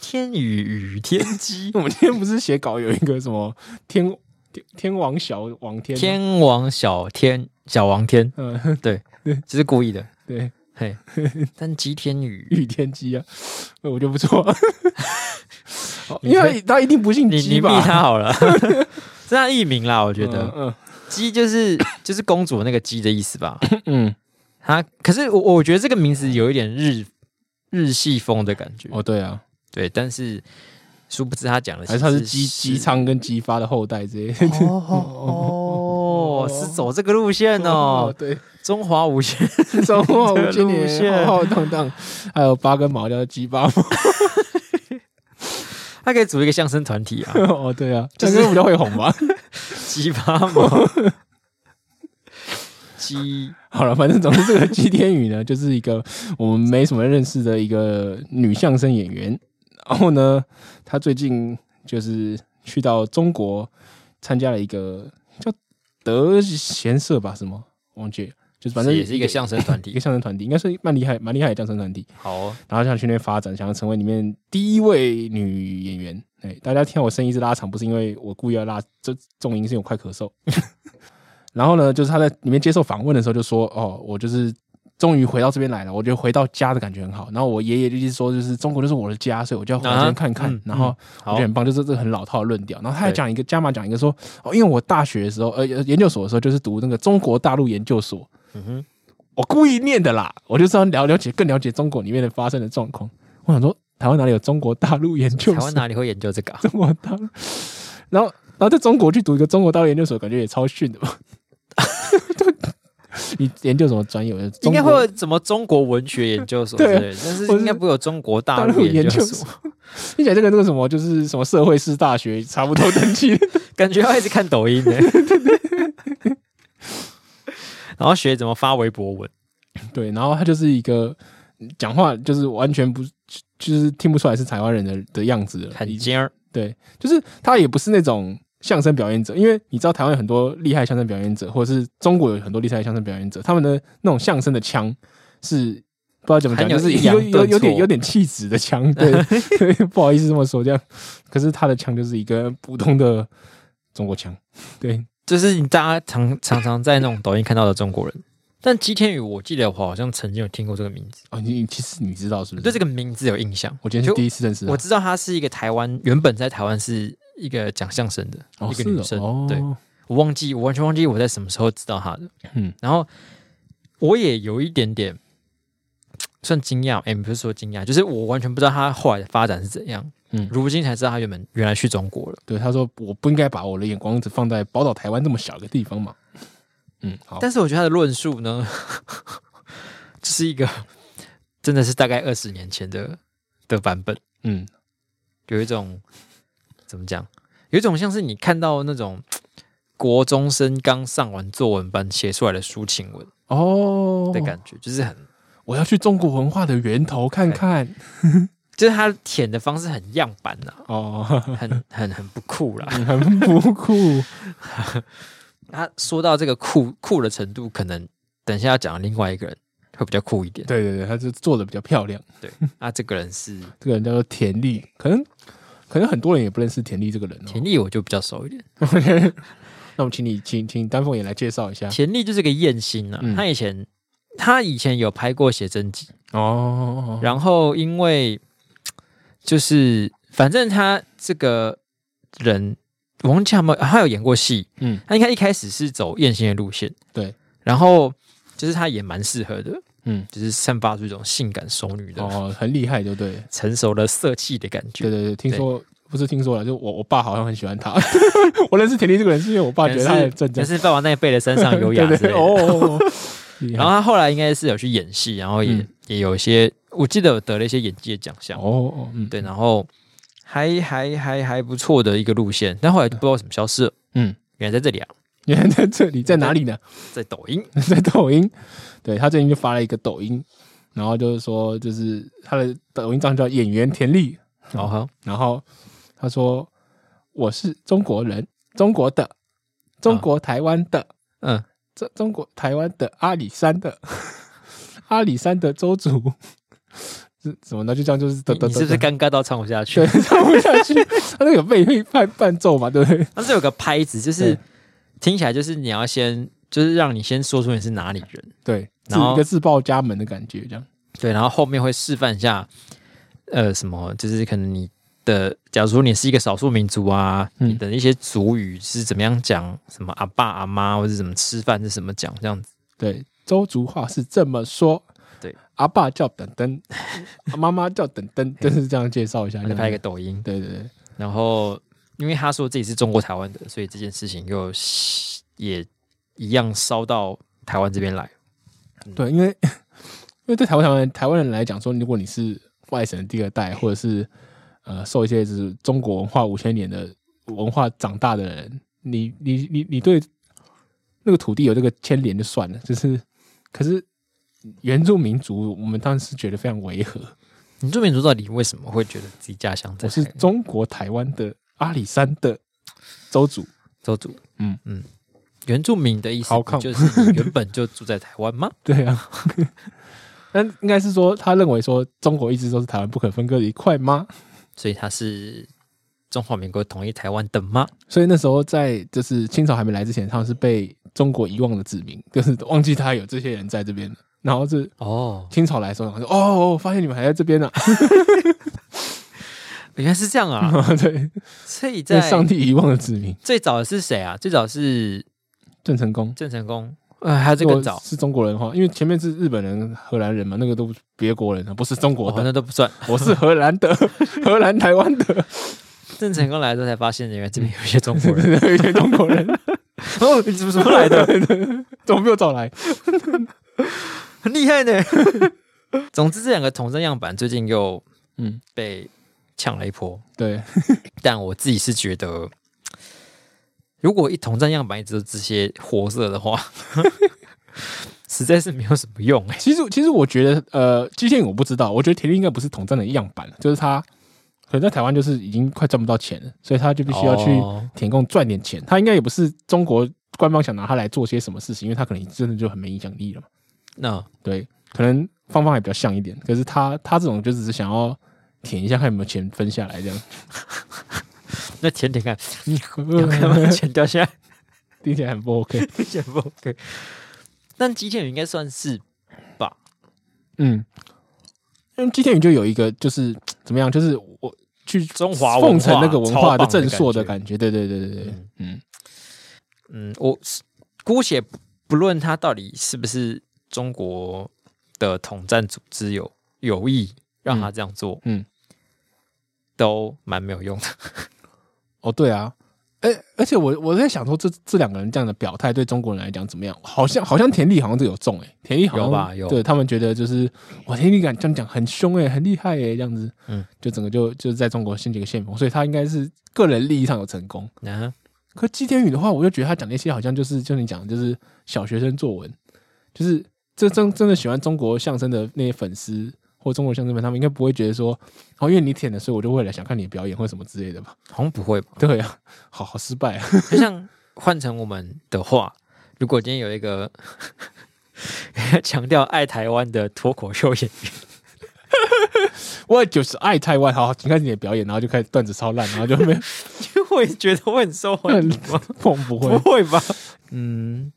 A: 天宇雨天机，
B: (laughs) 我们今天不是写稿有一个什么天天天王小王天吗，
A: 天王小天小王天，
B: 嗯
A: 对，这是故意的，
B: (laughs) 对，
A: 嘿，但吉天宇。 (laughs)
B: 雨天机啊，我觉得不错，好因为他一定不姓
A: 你你
B: 姬
A: 密
B: 吧？
A: 他好 (laughs) 了，是他艺名啦，我觉得
B: 嗯
A: 姬就是就是公主那个姬的意思吧。
B: 嗯嗯，
A: 他可是我我觉得这个名字有一点日日系风的感觉，
B: 哦对啊，
A: 对，但是殊不知他讲的
B: 还是他是姬
A: 姬
B: 姬昌跟姬发的后代之类的。 (laughs)
A: (laughs) 哦哦，是走这个路线 (laughs) 哦， (laughs)
B: 对，
A: 中华无限
B: 中华五千
A: 路线
B: 年浩浩荡荡，还有八根毛叫鸡巴毛。
A: 他可以组一个相声团体啊，
B: (laughs) 哦，对啊，
A: 就
B: 这
A: 是
B: 个比较会红吧。
A: 鸡巴毛，鸡
B: (laughs) 好了，反正总之这个姬天宇呢， (laughs) 就是一个我们没什么认识的一个女相声演员。然后呢，她最近就是去到中国参加了一个叫德贤社吧，什么忘记了，就是反正
A: 也是一个相声团
B: 一个
A: 体，
B: 相声团体，应该是蛮厉害、蛮厉害的相声团体。
A: 好哦，
B: 然后想去那边发展，想要成为里面第一位女演员。哎，大家听到我声音是拉长，不是因为我故意要拉这重音，是因为我快咳嗽。 (laughs) 然后呢，就是他在里面接受访问的时候就说：“哦，我就是终于回到这边来了，我觉得回到家的感觉很好。”然后我爷爷就一直说：“就是中国就是我的家，所以我就要回到这边看看。
A: 啊嗯
B: 然
A: 嗯
B: 后我觉
A: 好
B: 得，很棒，就是这个很老套的论调。然后他还
A: 对
B: 讲一个加码讲一个说：“哦，因为我大学的时候，呃，研究所的时候就是读那个中国大陆研究所，
A: 嗯哼，
B: 我故意念的啦，我就是要了了解更了解中国里面的发生的状况。我想说，台湾哪里有中国大陆研究
A: 台
B: 所
A: 湾？哪里会研究这个啊？
B: 中 (laughs) 国大陆， (laughs) 然后然后在中国去读一个中国大陆研究所，感觉也超逊的嘛。你研究什么专业？我就
A: 应
B: 中
A: 该会
B: 国
A: 有什么中国文学研究所之
B: 对啊
A: 类的，但是
B: 或
A: 应该
B: 是
A: 不会有中国大
B: 大
A: 陆
B: 陆研
A: 究
B: 究所。 (laughs) 听起来这个那个什么，就是什么社会师大学差不多等级。
A: 感觉要一直看抖
B: (laughs)
A: 音呢、 (laughs) 然后学怎么发微博文，
B: 对，然后他就是一个讲话就是完全不就是听不出来是台湾人的的样子了，
A: 很
B: 已经
A: 尖儿，
B: 对，就是他也不是那种相声表演者，因为你知道台湾有很多厉害相声表演者，或者是中国有很多厉害相声表演者，他们的那种相声的腔是。不知道怎么讲，
A: 很有
B: 就是
A: 抑扬
B: 有有有
A: 顿
B: 点
A: 挫
B: 有点气质的腔，
A: (laughs)
B: 对对，不好意思这么说，这样。可是他的腔就是一个普通的中国腔，对，
A: 就是你大家常常常在那种抖音看到的中国人。但姬天宇，我记得我好像曾经有听过这个名字，
B: 哦，你你其实你知道是不
A: 我
B: 是？
A: 对这个名字有印象。
B: 嗯我今天是
A: 就
B: 第一次认啊识他
A: 我知道她是一个台湾，原本在台湾是一个讲相声的、
B: 哦，
A: 一个
B: 是
A: 女
B: 哦
A: 生，
B: 哦、
A: 对我忘记，我完全忘记我在什么时候知道她的。
B: 嗯
A: 然后我也有一点点算惊讶，哎、不是说惊讶，就是我完全不知道她后来的发展是怎样。
B: 嗯
A: 如今才知道她原本原来去中国了。
B: 对，他说我不应该把我的眼光只放在宝岛台湾这么小一个地方嘛。嗯，好，
A: 但是我觉得她的论述呢， (laughs) 就是一个真的是大概二十年前的的版本，
B: 嗯，
A: 有一种怎么讲，有一种像是你看到那种国中生刚上完作文班写出来的抒情文
B: 哦，
A: 的感觉，就是很
B: 我要去中国文化的源头看看。
A: 就是他舔的方式很样板呐、
B: (laughs) 哦，
A: 很很很不酷啦。
B: 很不酷。
A: 他说到这个酷酷的程度，可能等一下要讲的另外一个人会比较酷一点。
B: 对对对，他就做的比较漂亮。
A: 对，啊，这个人是
B: 这个人叫做田丽，可能可能很多人也不认识田丽这个人哦。
A: 田丽，我就比较熟一
B: (laughs)
A: 点。
B: 那我们请你请请丹凤也来介绍一下。
A: 田丽就是个艳星啊，
B: 嗯
A: 他以前他以前有拍过写真集，
B: 哦，
A: 然后因为就是反正他这个人，我忘记他们他有演过戏，
B: 嗯
A: 他应该一开始是走艳星的路线，
B: 对，
A: 然后就是他也蛮适合的，
B: 嗯，
A: 就是散发出一种性感熟女的、
B: 哦，很厉害，对不对？
A: 成熟的色气的感觉。
B: 对对对，听说不是听说了，就我我爸好像很喜欢他。 (laughs) 我认识田丽这个人是因为我爸觉得他很正
A: 但
B: 正，
A: 是爸爸那一辈的山上
B: (laughs)
A: 优雅
B: 对
A: 之类的。
B: 对哦哦，哦厉害
A: 然后他后来应该是有去演戏，然后也、
B: 嗯
A: 也有一些，我记得有得了一些演技的奖项。
B: 哦哦嗯
A: 对，然后还还还还不错的一个路线，但后来不知道为什么消失了。
B: 嗯，
A: 原来在这里啊，
B: 原来在这里，在哪
A: (laughs)
B: 里呢？
A: 在抖
B: (laughs)
A: 音。
B: 在抖音，对他最近就发了一个抖音，然后就是说就是他的抖音账号叫演员田丽，
A: 然后
B: 然后他说我是中国人，中国的，中国台湾的，
A: 嗯，
B: 中中国台湾的阿里山的 (laughs) 阿里山的州主，是怎么呢？就这样就是
A: 你
B: 得得
A: 你是不是
B: 得
A: 尴尬到唱不下去
B: 对？唱不下去？他那个背会伴伴奏嘛，对不对？
A: 它是有个拍子，就是
B: 对
A: 听起来就是你要先，就是让你先说出你是哪里人，
B: 对，是
A: 然后
B: 一个自报家门的感觉，这样。
A: 对，然后后面会示范一下，呃，什么，就是可能你的，假如说你是一个少数民族啊，
B: 嗯
A: 你的一些族语是怎么样讲，什么阿爸阿妈或者怎么吃饭是怎么讲这样子，
B: 对，周族话是这么说。
A: 对，
B: 阿爸叫等
A: (laughs)
B: 等，妈妈叫等等，就是这样介绍一下。
A: 然后就拍一个抖音，
B: 对对对，
A: 然后因为他说自己是中国台湾的，所以这件事情又也一样烧到台湾这边来，嗯
B: 对，因为 (laughs) 因为对台湾台湾台湾人来讲说，如果你是外省的第二代，或者是呃受一些就是中国文化五千年的文化长大的人，你你你你对那个土地有这个牵连就算了，就是可是原住民族，我们当时觉得非常违和。
A: 你住民族到底为什么会觉得自己家乡在
B: 我是
A: 台湾
B: 中国台湾的阿里山的
A: (laughs)
B: 州主。
A: 州主？
B: 嗯
A: 嗯，原住民的意思
B: 好
A: 不
B: 看
A: 就是你原本就住在台湾吗？
B: 对啊， (laughs) 但应该是说，他认为说中国一直都是台湾不可分割的一块吗？
A: 所以他是中华民国统一台湾的吗？
B: 所以那时候在就是清朝还没来之前，他们是被中国遗忘的子民， (laughs) 就是忘记他有这些人在这边。然后是
A: 哦，
B: 清朝来的时候，然后说哦，发现你们还在这边呢、
A: 原来是这样啊！
B: 啊。 (laughs) 对，
A: 所以在
B: 被哎上帝遗忘的子民，
A: 最早的是谁啊？最早是
B: 郑成功。
A: 郑成功，呃，还有这更
B: 如
A: 早
B: 果，是中国人的话，因为前面是日本人、荷兰人嘛，那个都别国人啊，不是中国
A: 我
B: 的。
A: 哦那都不算。
B: 我是荷兰的， (laughs) 荷兰台湾的，嗯 (laughs)
A: (laughs) 郑成功来的时候才发现，原来这边有一些中国人。
B: 有一些中国人。
A: 哦，你怎么怎么来
B: (laughs)
A: 的？
B: 怎么没有找来？
A: 很厉害呢。 (laughs) 总之，这两个童声样板最近又
B: 嗯，
A: 被抢了一波，
B: 对，
A: 但我自己是觉得，如果一童声样板一直都这些活色的话， (laughs) 实在是没有什么用哎、
B: 其实其实我觉得，呃，机械影我不知道，我觉得田力应该不是统战的样板，就是他可能在台湾就是已经快赚不到钱了，所以他就 (laughs) 必须要去
A: 哦
B: 填供赚点钱。他应该也不是中国官方想拿他来做些什么事情，因为他可能真的就很没影响力了嘛。
A: 那
B: 对，可能芳芳还比较像一点，可是他他这种就只是想要舔一下看有没有钱分下来
A: (laughs)
B: 这样，
A: 那舔舔看，你
B: 嗯
A: 要看把钱掉下来，
B: 听起来很不 OK。
A: 舔不 OK？但机器人应该算是
B: 嗯，因为季嗯天宇就有一个就是怎么样，就是我去
A: 中华文化
B: 奉承那个文化
A: 超棒的
B: 正朔的
A: 感
B: 感觉。对对对对对，嗯
A: 嗯，我是姑且不不论它到底是不是中国的统战组织有有意让他这样做，
B: 嗯
A: 都蛮没有
B: (laughs)
A: 用的。
B: 哦对啊。而而且我我在想说这，这两个人这样的表态对中国人来讲怎么样？好像好像田力好像这有中哎、欸，田力好像
A: 有吧有
B: 对他们觉得就是哇，田力敢这样讲很凶哎、很厉害哎、这样子，
A: 嗯，
B: 就整个就就是在中国掀起一个旋风，所以他应该是个人利益上有成功。
A: 啊，
B: 可季天宇的话，我就觉得他讲那些好像就是就你讲的，就是小学生作文，就是这真真的喜欢中国相声的那些粉丝或中国相声粉，他们应该不会觉得说，哦，因为你舔了，所以我就会来想看你的表演或什么之类的吧？
A: 好像不会吧？
B: (laughs) 对啊，好好失败啊！
A: 就像换成我们的话，如果今天有一个 (laughs) 强调爱台湾的脱口秀演员，
B: 我就是爱台湾，好，请看你的表演，然后就开始段子超烂，然后就没有 (laughs)
A: (laughs) 就会觉得会很受欢迎吗？
B: 碰不会 (laughs)
A: 不，会吧？嗯，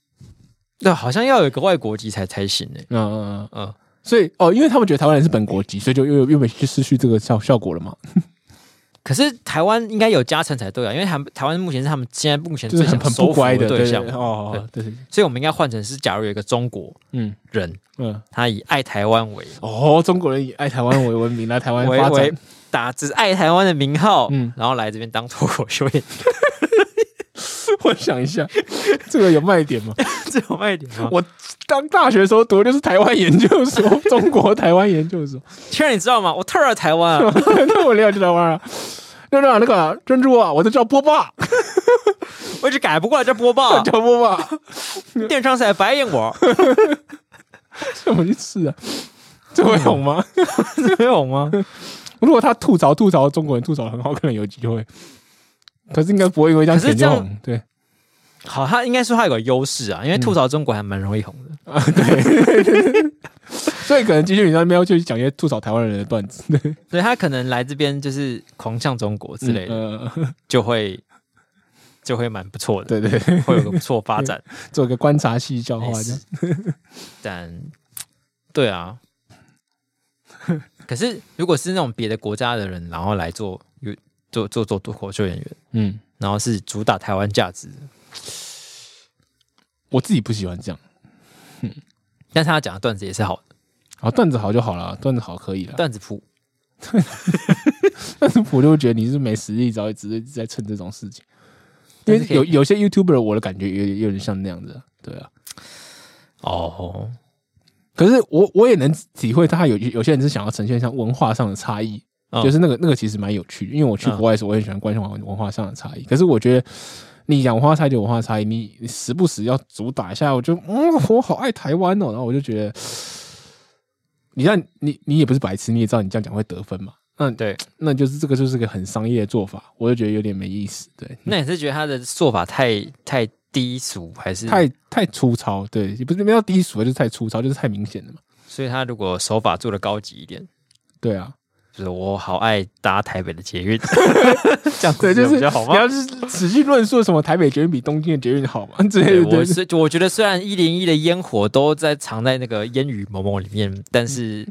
A: 那好像要有一个外国籍才才行呢、
B: 嗯嗯嗯，
A: 嗯，
B: 所以哦，因为他们觉得台湾人是本国籍，所以就又又没去失去这个效效果了嘛，
A: 可是台湾应该有加成才对啊，因为台台湾目前是他们现在目前
B: 就
A: 最
B: 是
A: 想
B: 很很
A: 收
B: 不
A: 服
B: 乖的
A: 对
B: 对
A: 象
B: 对，哦，哦对，对
A: 所以我们应该换成是，假如有一个中国
B: 嗯
A: 人，
B: 嗯。
A: 他以爱台湾为
B: 哦，中国人以爱台湾为文明，来台湾
A: 为
B: 发展
A: 为。打着爱台湾的名号，
B: 嗯
A: 然后来这边当脱口秀演
B: (laughs)
A: 员，
B: (laughs) 我想一下， (laughs) 这个有卖点
A: (laughs)
B: 吗？
A: 这有卖点吗？
B: 我当大学的时候读的就是台湾研究所，中国台湾研究所， (laughs)
A: 天啊，你知道吗？我特爱台湾啊！
B: 那我了解台湾啊。那那那个珍珠啊，我都叫波霸，
A: 我一直改不过来这播
B: (laughs)
A: 报，啊
B: 叫波霸，
A: 电商在白眼
B: (laughs)
A: 我， (laughs)
B: 什么意思啊？这会懂吗？
A: 嗯没有吗？
B: 如果他吐槽吐槽中国人吐槽得很好，可能有机会。可是应该不会因为这样
A: 可是
B: 选
A: 这
B: 就
A: 样
B: 红，对
A: 好，他应该说他有个优势啊，因为吐槽中国还蛮容易红的。
B: 啊对，所以可能继续你那边要去讲一些吐槽台湾人的段子，对
A: 所以他可能来这边就是狂向中国之类的，
B: 嗯呃 (laughs)
A: 就会就会蛮不错的，
B: 对对，对
A: 会有个不错发
B: (laughs)
A: 展。哎
B: 做个观察系教化这样。
A: (laughs) 但对啊，可是如果是那种别的国家的人，然后来做有做做做脱口秀演员，
B: 嗯，
A: 然后是主打台湾价值，
B: 我自己不喜欢这样。
A: 但是他讲的段子也是好的，
B: 啊，段子好就好了，段子好可以了。
A: 段子铺
B: 但是我就会觉得你是没实力，只会只是在蹭这种事情。因
A: 但
B: 为
A: 是可以
B: 有有些 YouTuber，我的感觉有点有点像那样子，对啊。
A: 哦，
B: 可是我我也能体会他有有些人是想要呈现像文化上的差异，
A: 嗯
B: 就是那个那个其实蛮有趣的。因为我去
A: 嗯
B: 国外的时候，我很喜欢观赏文化上的差异。可是我觉得你讲文化差异就文化差异，你你时不时要主打一下，我就嗯，我好爱台湾哦，然后我就觉得，你让你你也不是白痴，你也知道你这样讲会得分嘛。那
A: 对，
B: 那就是这个就是个很商业的做法，我就觉得有点没意思。对，
A: 那你是觉得他的做法太太低俗，还是
B: 太太粗糙，对，也不是没有低俗，就是太粗糙，就是太明显了嘛。
A: 所以他如果手法做的高级一点，
B: 对啊，
A: 就是我好爱搭台北的捷运，这样子
B: 对，就是
A: 比较好吗
B: 你？要是仔细论述什么台北捷运比东京的捷运好嘛 (laughs) 之类
A: 对，
B: 的，
A: 我
B: (laughs) 对
A: 是我觉得虽然一零一的烟火都在藏在那个烟雨蒙蒙里面，但
B: (laughs)
A: 是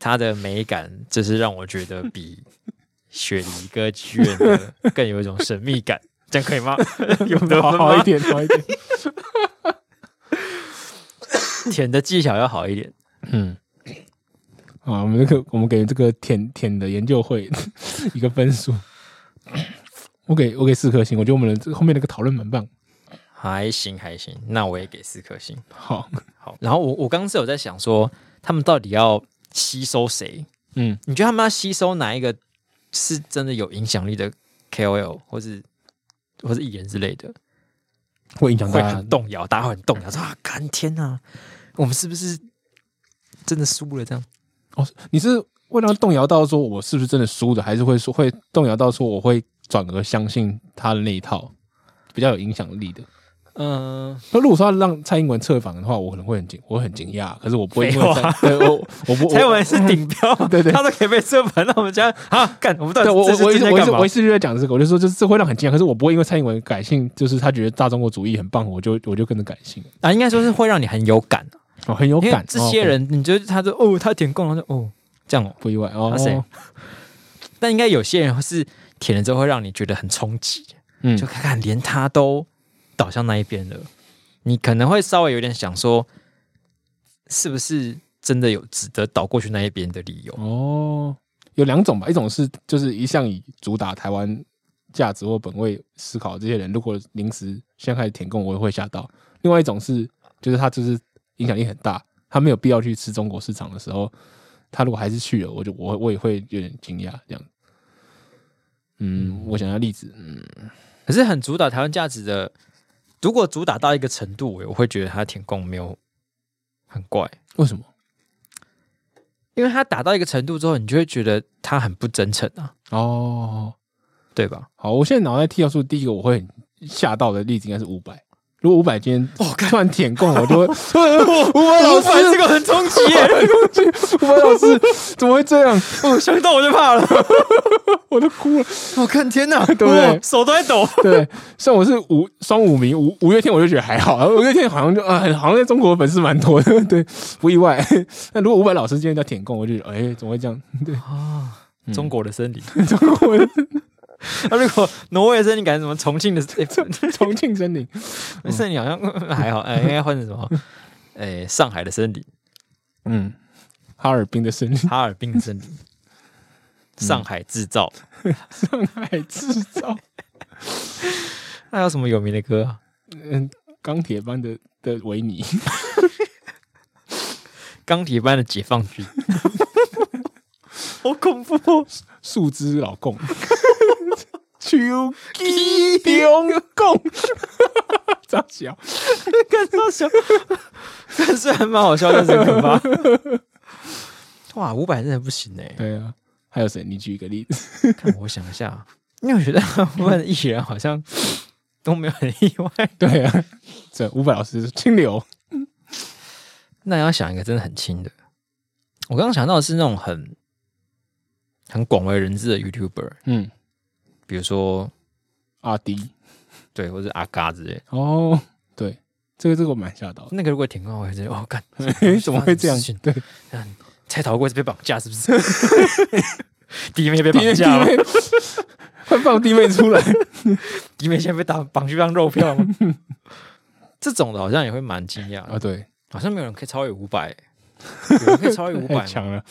A: 它的美感就是让我觉得比雪梨歌剧院
B: (laughs)
A: 的更有一种神秘感，这样可以吗？有得
B: 好
A: 分
B: 好一
A: 吗？
B: 点，好一点。 (laughs)
A: 舔的技巧要好一点，
B: 嗯，啊，我们这个我们给这个舔舔的研究会 (laughs) 一个分数，我给我给四颗星，我觉得我们的这后面那个讨论蛮棒。
A: 还行还行，那我也给四颗星。
B: 好，
A: 好，然后我我刚刚是有在想说，他们到底要吸收谁？
B: 嗯，
A: 你觉得他们要吸收哪一个是真的有影响力的 KOL 或是或是艺人之类的，
B: 会影响
A: 会
B: 大家
A: 很。动摇，大家会很动摇，说啊，干天呐，我们是不是真的输了？这样
B: 哦，你是会让他动摇到说我是不是真的输的，还是会说会动摇到说我会转而相信他的那一套比较有影响力的？
A: 嗯、
B: 那如果说要让蔡英文撤访的话，我可能会很惊，我会很惊讶，可是我不会
A: 嗯
B: 因
A: 废
B: 为
A: 话
B: 蔡对我我不
A: 蔡英
B: 我
A: 文是顶标，
B: (laughs) 对对
A: 他都可以被射盘，那我们家啊，干，我们到
B: 对
A: 底
B: 我我
A: 这是
B: 我一
A: 这是
B: 直
A: 在
B: 我一
A: 干
B: 直
A: 嘛
B: 我一？直就在讲这个，我就说就是这会让很惊讶，可是我不会因为蔡英文改姓，就是他觉得大中国主义很棒，我就我就跟着改姓，
A: 啊，应该说是会让你很有感，啊
B: 哦，很有
A: 因为
B: 感。
A: 这
B: 哦
A: 些
B: ，OK，
A: 人，你觉得他说哦，他舔共，然后就哦这样哦，
B: 不意外哦
A: 他谁， (laughs) 但应该有些人是舔了之后会让你觉得很冲击，
B: 嗯
A: 就看看连他都倒向那一边了，你可能会稍微有点想说，是不是真的有值得倒过去那一边的理由？
B: 哦，有两种吧，一种是就是一向以主打台湾价值或本位思考的这些人，如果临时先开始填供，我也会吓到；另外一种是就是他就是影响力很大，他没有必要去吃中国市场的时候，他如果还是去了，我就我我也会有点惊讶这样。嗯，我想要例子，嗯，
A: 可是很主打台湾价值的，如果主打到一个程度，我我会觉得他舔共没有很怪，
B: 为什么？
A: 因为他打到一个程度之后，你就会觉得他很不真诚啊，
B: 哦，
A: 对吧？
B: 好，我现在脑袋踢到出第一个我会很吓到的例子应该是五百。如果五百今天突然舔供，我 (laughs) 就会五百哦老
A: 老
B: 师
A: 板这个很冲击
B: (laughs)
A: 耶，
B: 吴凡老师怎么会这样？
A: 我想到我就怕了。
B: 我都哭了。
A: 我哦看天哪，对
B: 不对
A: 手都在抖。
B: 对，虽然我是五双五迷，五五月天我就觉得还好，五月天好像就啊、好像在中国粉丝蛮多的，对，不意外。 (laughs) 那如果伍佰老师今天叫舔供，我就觉得哎、怎么会这样？ (laughs)
A: 啊，中国的森林，中国的。 (laughs) 那如果挪威的森林改成什么重庆的 (laughs) 诶
B: 重庆森林，
A: 森林，好像 (laughs) 嗯还好，哎，应该换成什 (laughs) 么？哎，上海的森林，
B: 嗯，哈尔滨的森林，
A: 哈尔滨的森林，上海制造，
B: 上海制造，
A: 那还有什么有名的歌啊？
B: 嗯，钢铁般的的维尼，
A: 钢铁般的解放军，好恐怖哦！
B: 树枝老共，秋鸡中共， (laughs) 张小。
A: (laughs) 干到 (laughs) 笑，但是还蛮好笑，但是很可怕。 (laughs) 哇，五百真的不行哎、
B: 对啊，还有谁？你举一个例子。
A: 看我想一下，啊因为我觉得大部分的艺人好像都没有很意外。
B: (laughs) 对啊，这伍佰老师清流。
A: 那你要想一个真的很轻的，我刚刚想到的是那种很很广为人知的 YouTuber，
B: 嗯，
A: 比如说
B: 阿迪。
A: 对，或者阿嘎之类的。
B: 哦，对，这个这个我蛮吓到的。
A: 那个如果停光，我会觉得哦，干
B: (laughs) 诶怎么会这样
A: 发生什么事情？
B: 对，
A: 干蔡桃贵是被绑架是不是？
B: (laughs)
A: 弟妹被绑架了，
B: 弟妹，快放弟妹出来。 (laughs)
A: 弟妹现在被打绑去当肉票吗？这种的好像也会蛮惊讶的，
B: 啊，对，
A: 好像没有人可以超越五百、有人可以超越五
B: (laughs) 太
A: 百
B: 强了。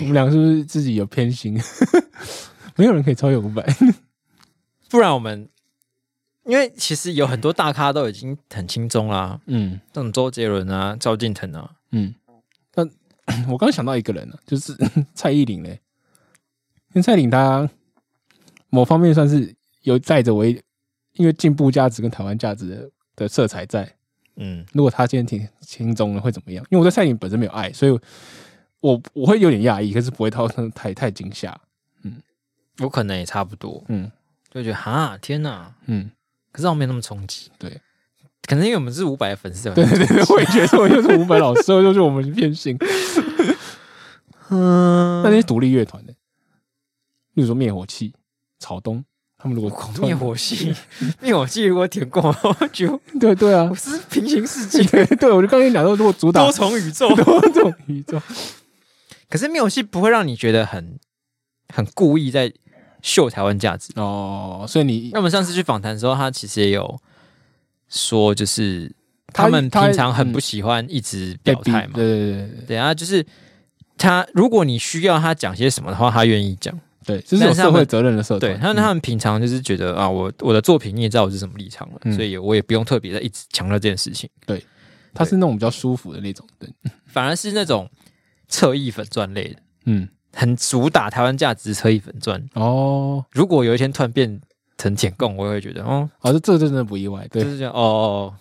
B: 我们两个是不是自己有偏心？ (laughs) 没有人可以超越伍佰。
A: 不然我们，因为其实有很多大咖都已经很轻松啦，
B: 嗯
A: 这种周杰伦啊、赵敬腾啊，
B: 嗯，那我刚想到一个人呢、啊就是 (laughs) 蔡依林嘞。因为蔡依林她某方面算是有带着为因为进步价值跟台湾价值的的色彩在，
A: 嗯，
B: 如果他今天停停中了会怎么样？因为我对蔡依林本身没有爱，所以我我会有点讶异，可是不会到太太惊吓。
A: 我可能也差不多，
B: 嗯
A: 就觉得哈天哪，
B: 嗯，
A: 可是我没有那么冲击，
B: 对 (laughs)
A: 可能因为我们是五百粉丝，啊
B: 对对对，我也觉得我就是伍佰老师，我就是我们
A: (laughs)
B: 偏心。
A: 嗯
B: 那，些独立乐团的，例如说灭火器、草东，他们如果突然
A: 哦灭火器，灭火器如果舔过，我就
B: (laughs) 对对啊 (laughs)
A: 我，是平行世界
B: 对对，我就刚跟你讲说，如果主打
A: 多重宇宙，
B: 多种宇宙，
A: 可是灭火器不会让你觉得很很故意在秀台湾价值。
B: 哦，所以你
A: 那我们上次去访谈的时候，他其实也有说，就是
B: 他
A: 他们
B: 他嗯
A: 平常很不喜欢一直
B: 被
A: 表
B: 逼
A: 态嘛。
B: 对对对对
A: 对啊，就是他，如果你需要他讲些什么的话，他愿意讲。
B: 对，这是有
A: 但是他
B: 社会
A: 们
B: 责任的社
A: 对，
B: 团。
A: 他们他们平常就是觉得啊，我我的作品你也知道我是什么立场了，
B: 嗯
A: 所以我也不用特别的一直强调这件事情，
B: 他是那种比较舒服的那种，对，
A: 反而是那种侧翼粉钻类的，
B: 嗯，
A: 很主打台湾价值侧翼粉钻。
B: 哦，
A: 如果有一天突然变成舔共，我也会觉得哦，
B: 哦，这这真的不意外，
A: 就
B: 对，
A: 是这样哦哦，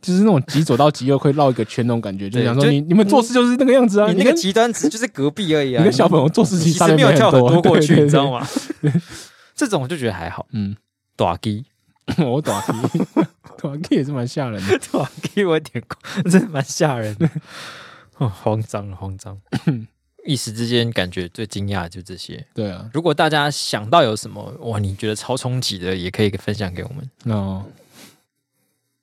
B: 就是那种极左到极右会绕一个圈那种感觉，就
A: 对
B: 是想说
A: 就
B: 你你们做事就是那个样子啊，
A: 哦你那
B: 跟
A: 个极端值就是隔壁而已
B: 你
A: 啊，
B: 跟小粉红做事
A: 你其
B: 情差
A: 实
B: 别
A: 没有跳很
B: 很
A: 多过去，你知道
B: 吗？
A: 吗？ (laughs) 这种我就觉得还好，
B: 嗯，
A: 短 G
B: (laughs) 我短皮，短皮也是蛮吓人
A: (laughs)
B: 的，
A: 短 G 啊我有点过，真的蛮吓人 (laughs) 的，哦，慌张了慌 (laughs) 张，一时之间感觉最惊讶的就这些。
B: 对啊，
A: 如果大家想到有什么哇，你觉得超冲击的，也可以分享给我们。
B: 那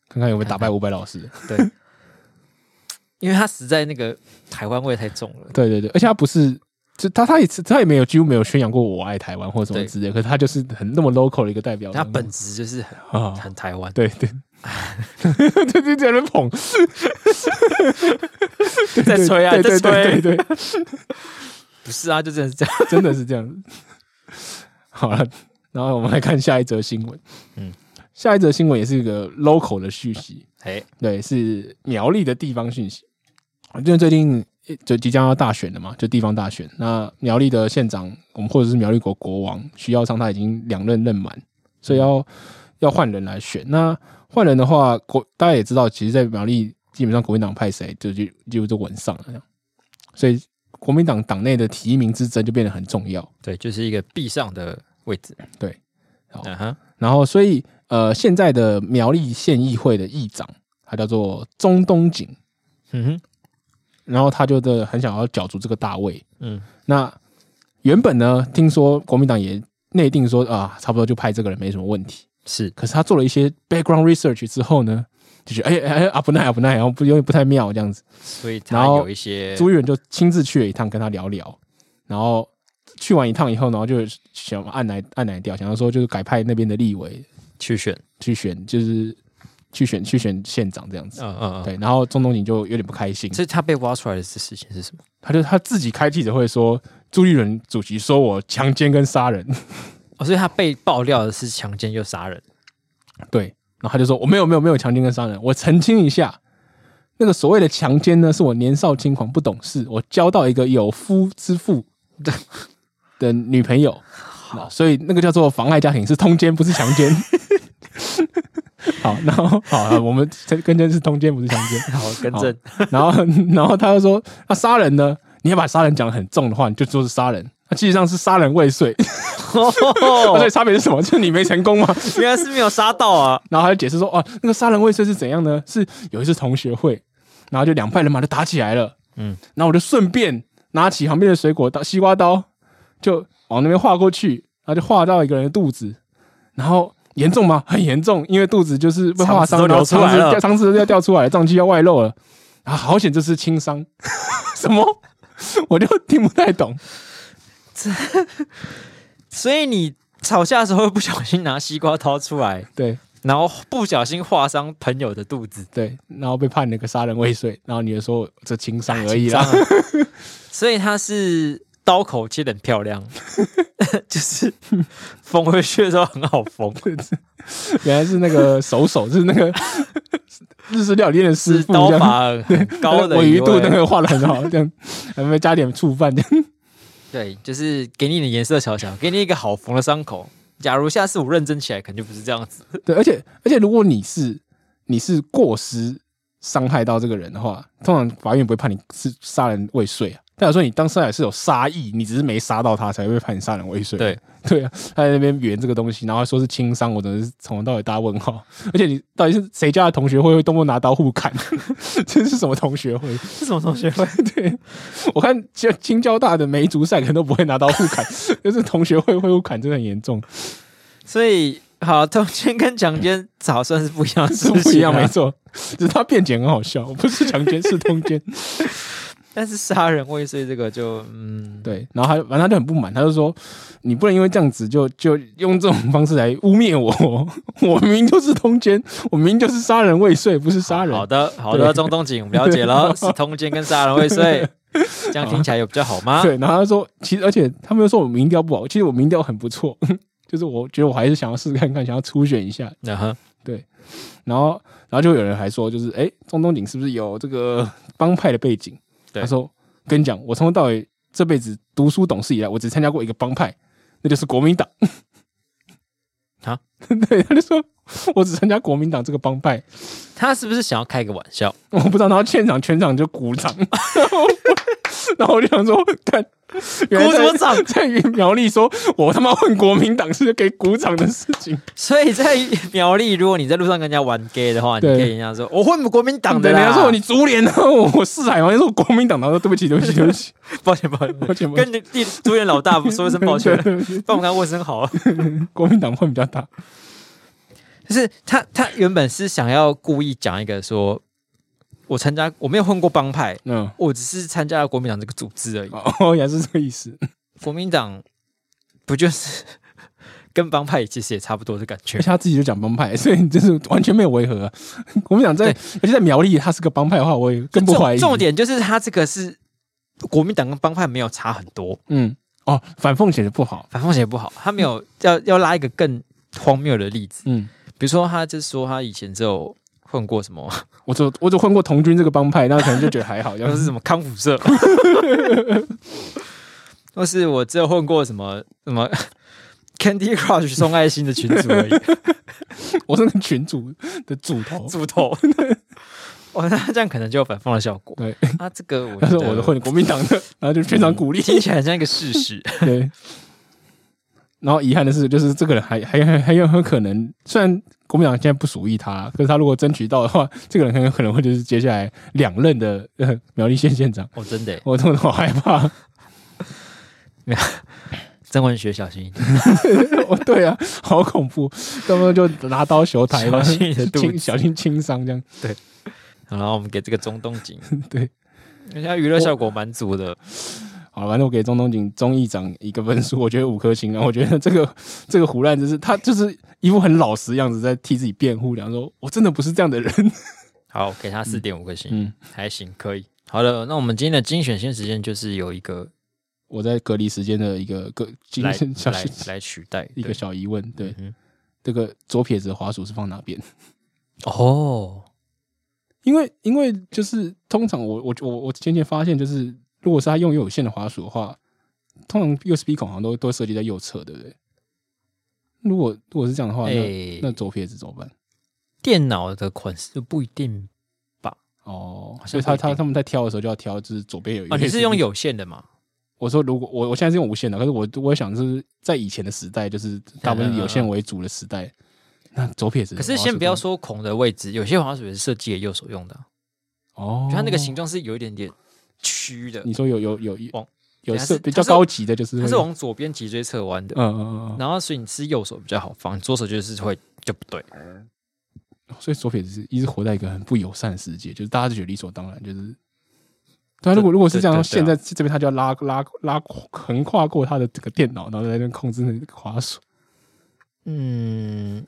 B: 看看有没有打败伍佰
A: (laughs)
B: 老师，
A: 对，因为他实在那个台湾味太重了。
B: 对对对，而且他不是。就他，他也是他也没有几乎没有宣扬过我爱台湾或者什么
A: 对
B: 之类的，可是他就是很那么 local 的一个代表。
A: 它本质就是很
B: 啊，
A: (laughs) 很台湾，
B: 对 (laughs) 对，对对，在那边捧，
A: 在吹啊，
B: 对
A: 在
B: 对
A: 吹
B: 对，对对，
A: 不是啊，就真的是这样。
B: 真的是这样子。 (laughs) 好了，然后我们来看下一则新闻。
A: 嗯
B: 嗯，下一则新闻也是一个 local 的讯息，
A: 哎，
B: 对，是苗栗的地方讯息。因为最近就即将要大选了嘛，就地方大选。那苗栗的县长，我们或者是苗栗国国王徐耀昌，他已经两任任满，所以要要换人来选。那换人的话，国大家也知道，其实，在苗栗基本上国民党派谁，就就几乎都稳上了这样。所以国民党党内的提名之争就变得很重要。
A: 对，就是一个壁上的位置。
B: 对好
A: 嗯哼，
B: 然后，所以呃，现在的苗栗县议会的议长，他叫做中东锦，
A: 嗯哼，
B: 然后他就的很想要角逐这个大位。
A: 嗯，
B: 那原本呢，听说国民党也内定说啊，差不多就派这个人没什么问题。
A: 是
B: 可是他做了一些 background research 之后呢，就觉得哎哎哎啊不奈啊不奈，然后不有点不太妙这样子。
A: 所以
B: 然
A: 它
B: 后
A: 有一些
B: 朱元就亲自去了一趟跟他聊聊，然后去完一趟以后，然后就想按来按来调，想要说就是改派那边的立委
A: 去选，
B: 去选，就是去选去选县长这样子。
A: 嗯嗯嗯，
B: 对，然后中东锦就有点不开心，
A: 所以他被挖出来的事事情是什么？
B: 他就他自己开记者会说，朱立伦主席说我强奸跟杀人， (laughs)
A: 哦，所以他被爆料的是强奸又杀人。
B: 对，然后他就说我没有没有没有强奸跟杀人，我澄清一下，那个所谓的强奸呢，是我年少轻狂不懂事，我交到一个有夫之妇的的女朋友，所以那个叫做妨碍家庭是通奸不是强奸。好，然后好，我们跟真是通奸不是强奸。 (laughs)
A: 好，跟
B: (laughs) 好，然后然后他就说，那、杀人呢？你要把杀人讲得很重的话，你就说是杀人。那其实上是杀人未遂， (laughs)
A: 哦
B: 所以差别是什么？就是你没成功嘛。
A: 原来是没有杀到啊！
B: 然后他就解释说，哦，那个杀人未遂是怎样呢？是有一次同学会，然后就两派人马就打起来了。
A: 嗯
B: 嗯，然后我就顺便拿起旁边的水果刀、西瓜刀，就往那边划过去，然后就划到一个人的肚子，然后。严重吗？很严重，因为肚子就是被划伤，
A: 肠子都
B: 然后
A: 流出来了
B: 肠子掉肠子都要掉出来了，脏器要外露了。啊，好险，这是
A: (laughs)
B: 轻伤。什么？我就听不太懂。
A: 所以你吵架的时候会不小心拿西瓜掏出来，
B: 对
A: 然后不小心划伤朋友的肚子，
B: 对，然后被判了个杀人未遂，然后你就说这轻伤而
A: 紧
B: 已
A: 张
B: 啦。
A: 啊。所以他是刀口切的很漂亮， (laughs) 就是缝回去的时候很好缝，
B: (laughs) 原来是那个手手，就是那个日式料理店的师
A: 是
B: 傅，
A: 刀
B: 这样
A: 法很高的
B: 我
A: 一
B: 鱼肚
A: 位
B: (laughs) 那个画的很好，这样还没加点醋饭这样。 (laughs)
A: 对，就是给你的颜色瞧瞧，给你一个好缝的伤口。假如下次我认真起来，肯定不是这样子。
B: 对，而且而且如果你是你是过失伤害到这个人的话，通常法院不会判你是杀人未遂啊。代表说你当时也是有杀意，你只是没杀到他，才会判你杀人未遂。
A: 对
B: 对啊，他在那边圆这个东西，然后还说是轻伤，我真的是从头到尾大问号。 (laughs) 而且你到底是谁家的同学会会动不动拿刀互砍？ (laughs) 这是什么同学会？ (laughs)
A: 是什么同学会？
B: 对，我看就青交大的梅竹赛可能都不会拿刀互砍，就是同学会会互砍，真的很严重，
A: 所以好，通奸跟强奸早算是不一样的事情啊，
B: 是不一样，没错。只是他辩解很好笑，不是强奸是通奸。
A: 但是杀人未遂这个就嗯，
B: 对，然后他反正他就很不满，他就说你不能因为这样子就就用这种方式来污蔑我，我明明就是通奸，我明明就是杀人未遂，不是杀人。
A: 好的，好的，
B: 对 (laughs)
A: 中东警我们了解了，是通奸跟杀人未遂。这样听起来有比较好吗？
B: 对，然后他说，其实而且他们又说我民调不好，其实我民调很不错， (laughs) 就是我觉得我还是想要试试看看，想要初选一下。
A: 嗯哼，
B: 然后，然后就有人还说，就是哎，诶中东锦是不是有
A: (laughs)
B: 这个帮派的背景？
A: 对
B: 他说，跟你讲，我从头到尾这辈子读书懂事以来，我只参加过一个帮派，那就是国民党。
A: (laughs) 啊，
B: (laughs) 对，他就说我只参加国民党这个帮派，
A: 他是不是想要开个玩笑？
B: 我不知道。然后现场全场就鼓掌， (laughs) 然后然后我就想说，看，
A: 鼓
B: 原来
A: 什么
B: 在
A: 掌？
B: 在苗栗说，我他妈问国民党是给鼓掌的事情。
A: 所以在苗栗，如果你在路上跟人家玩 gay 的话，你
B: 对
A: 可以跟人家说：“我混国民党的
B: 对
A: 啦。”
B: 人家说你竹联，然后我我四海，然后说国民党，然后说对不起，对不起，对不起，
A: 抱歉，
B: (laughs)
A: 抱歉，
B: 抱歉，抱歉，
A: 跟你地主演老大说一声抱歉
B: (laughs) 对对对
A: 帮我跟他问声好。啊
B: 国民党混比较大，
A: 就是他，他原本是想要故意讲一个说，我参加我没有混过帮派，
B: 嗯，
A: 我只是参加了国民党这个组织而已。
B: 哦， (laughs) 也是这个意思。
A: 国民党不就是跟帮派其实也差不多的感觉
B: (laughs) 而且？他自己就讲帮派，所以就是完全没有违和、啊。 (laughs) 国民党在，而且在苗栗，他是个帮派的话，我也更不怀疑。
A: 重重，点就是他这个是国民党跟帮派没有差很多，
B: 嗯，哦，反讽写的不好，
A: 反风险不好，他没有要要拉一个更荒谬的例子，
B: 嗯，
A: 比如说他就说他以前只有混过什么，
B: 我只我只混过童军这个帮派，那可能就觉得还好，要
A: 要是
B: 是 (laughs)
A: 什么康复社， (laughs) 或是我只有混过什么什么 Candy Crush 送爱心的群主而
B: (laughs)
A: 已，
B: 我是那个群主的主
A: (laughs)
B: 头。
A: 猪头。哦，那这样可能就有反讽的效果。
B: 对，
A: 啊，这个我
B: 他
A: 觉
B: 说我是
A: 得
B: 混国民党的，然后就全场鼓励。
A: (laughs) 听起来很像一个事实。
B: (laughs) 对。然后遗憾的是，就是这个人还还还还有很可能，虽然国民党现在不属于他，可是他如果争取到的话， (laughs) 这个人很有可能会就是接下来两任的、呃、苗栗县县长。 (laughs)
A: 哦，真的耶，
B: 我真的好害怕。 (laughs)
A: 曾文学小心一点，
B: 哦，对啊， (laughs) 好恐怖，要不就拿刀修台，
A: 小心你的肚
B: (laughs) 轻
A: 子
B: 小心轻伤这样。
A: 好然后我们给这个中东锦，
B: (laughs) 对，
A: 人家娱乐效果蛮足的。
B: 好了，反正我给中东锦钟议长一个分数，我觉得五颗星。然后我觉得这个这个胡乱就是他就是一副很老实的样子，在替自己辩护，然后说我真的不是这样的人。
A: 好，给他四点五颗星，
B: 嗯
A: 还行，可以。好了，那我们今天的精选新时间就是有一个
B: 我在隔离时间的一个个精
A: 来
B: 神小
A: 来来取代
B: 一个
A: 对
B: 小疑问，对
A: 嗯哼，
B: 这个左撇子的滑鼠是放哪边？ (laughs)
A: 哦，
B: 因为因为就是通常我我我我渐渐发现，就是如果是他用有线的滑鼠的话，通常 USB 孔好像都都设计在右侧，对不对？如果如果是这样的话，那
A: 哎
B: 那左撇子怎么办？
A: 电脑的款式不一定
B: 哦，
A: 像
B: 所以他
A: 不一定
B: 他他们在挑的时候就要挑，就是左边有一个
A: 哦，你是
B: USB
A: 用？有线的嘛？
B: 我说如果我我现在是用无线的，可是我我想是在以前的时
A: (laughs)
B: 代，就是大部分是有线为主的时代，那左撇子
A: 嗯可
B: 的
A: 是
B: 滑
A: 先
B: 鼠
A: 不要
B: 怎么
A: 说孔的位置，有些滑鼠也是设计给右手用的啊，
B: 办哦
A: 就，它那个形状是有一点点曲的，
B: 你说有有有有
A: 往
B: 有
A: 对它
B: 设
A: 是
B: 比
A: 它
B: 较
A: 是
B: 高级的，就是
A: 它是
B: 会
A: 往左边脊椎侧弯的，
B: 嗯嗯嗯嗯
A: 然后所以你是右手比较好放，左手就是会就不对。
B: 嗯，所以左撇子是一直活在一个很不友善的世界，就是大家就觉得理所当然，就是。对啊，如果如果是这样，
A: 对对
B: 现
A: 对
B: 在这边他就要拉拉拉横跨过他的这个电脑，然后在那边控制那个滑鼠。
A: 嗯，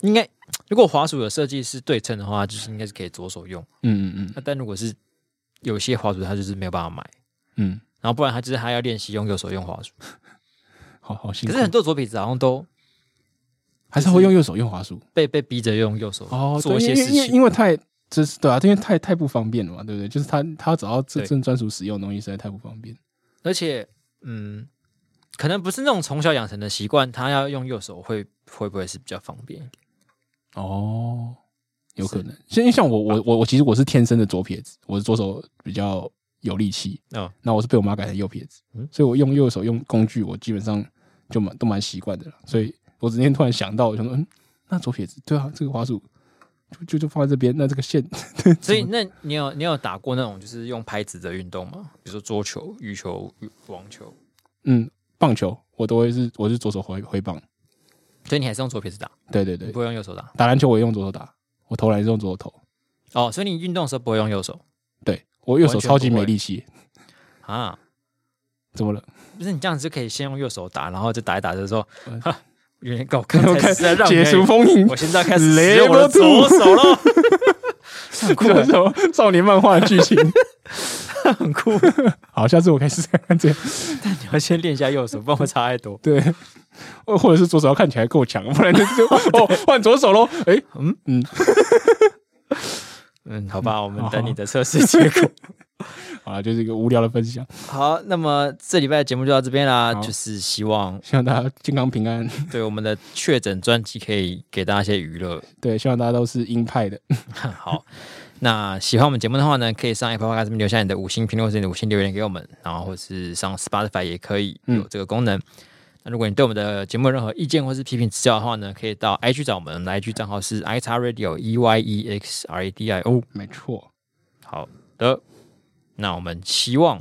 A: 应该如果滑鼠的设计是对称的话，就是应该是可以左手用。
B: 嗯嗯
A: 那但如果是有些滑鼠它就是没有办法买，
B: 嗯
A: 然后不然它就是它要练习用右手用滑鼠。
B: 嗯，好好辛
A: 可
B: 苦
A: 是。很多左撇子好像都
B: 还是会用右手用滑鼠
A: 被被逼着用右手
B: 哦，对
A: 做一些
B: 因为
A: 事
B: 因为
A: 情。
B: 因为太就是对啊，因为太太不方便了嘛，对不对？就是他他找到真
A: 对
B: 正专属使用的东西实在太不方便。
A: 而且，嗯，可能不是那种从小养成的习惯，他要用右手会会不会是比较方便？
B: 哦，有可
A: 是啊
B: 能。因为像我，我我我其实我是天生的左撇子，我的左手比较有力气。
A: 嗯，
B: 那我是被我妈改成右撇子，
A: 嗯
B: 所以我用右手用工具，我基本上就蛮都蛮习惯的了。所以我今天突然想到，我想说，嗯，那左撇子对啊，这个滑鼠就就就放在这边，那这个线， (laughs)
A: 所以，那你有你有打过那种就是用拍子的运动吗？比如说桌球、羽球、羽网球，
B: 嗯，棒球我都会是我是左手挥挥棒，
A: 所以你还是用左撇子打，
B: 对对
A: 你
B: 对
A: 不，会用右手打。
B: 打篮球我也用左手打，我投篮也是用左手投，
A: 哦，所以你运动的时候不会用右手
B: 对我右手
A: 完全
B: 超级
A: 不会
B: 没力气，
A: 啊？
B: 怎么了？
A: 不是你这样子就可以先用右手打，然后就打一打的时候
B: 嗯，
A: 哈，有点搞，刚才是在让你哎
B: 解除封印
A: 我，现在开始使用我的左手了，很酷
B: 这
A: 欸
B: 是什么少年漫画的剧情？
A: (laughs) 很酷。
B: (laughs) 好，下次我开始看看这样。
A: 但你要先练一下右手，不然会差太多。
B: 对，或或者是左手要看起来够强，不然就是
A: (laughs)
B: 哦换左手喽。哎、嗯嗯，
A: 嗯，好吧，我们等你的测试结果。
B: 好了，就是一个无聊的分享，
A: 好，那么这礼拜的节目就到这边啦，
B: 好
A: 就是希望
B: 希望大家健康平安。
A: 对我们的确诊专辑可以给大家一些娱乐。 (laughs)
B: 对，希望大家都是鹰派的。
A: 好，那喜欢我们节目的话呢，可以上 Apple Podcast 上面留下你的五星评论或者你的五星留言给我们，然后或是上 Spotify 也可以有这个功能。那如果你对我们的节目有任何意见或是批评指教的话呢，可以到 IG 找我们，我们的 IG 账号是 i x radio e y e x r a d i o。
B: 没错，
A: 好的，那我们希望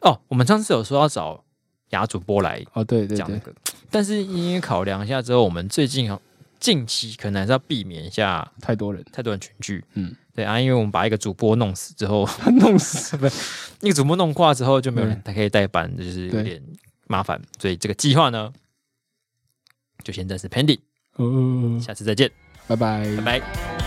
A: 哦，我们上次有说要找雅主播来
B: 哦，对对
A: 讲那
B: 对，
A: 个，但是因为考量一下之后，我们最近好近期可能还是要避免一下
B: 太多人 (laughs)
A: 太多人群聚，
B: 嗯
A: 嗯，对啊，因为我们把一个主播弄死之后， (laughs)
B: 他弄死了。
A: 一个主播弄挂之后，就没有人他可以代班，就是有
B: 嗯对
A: 点麻烦，所以这个计划呢，就先暂时 pending，
B: 哦，
A: 下次再见，
B: 拜拜
A: 拜。拜。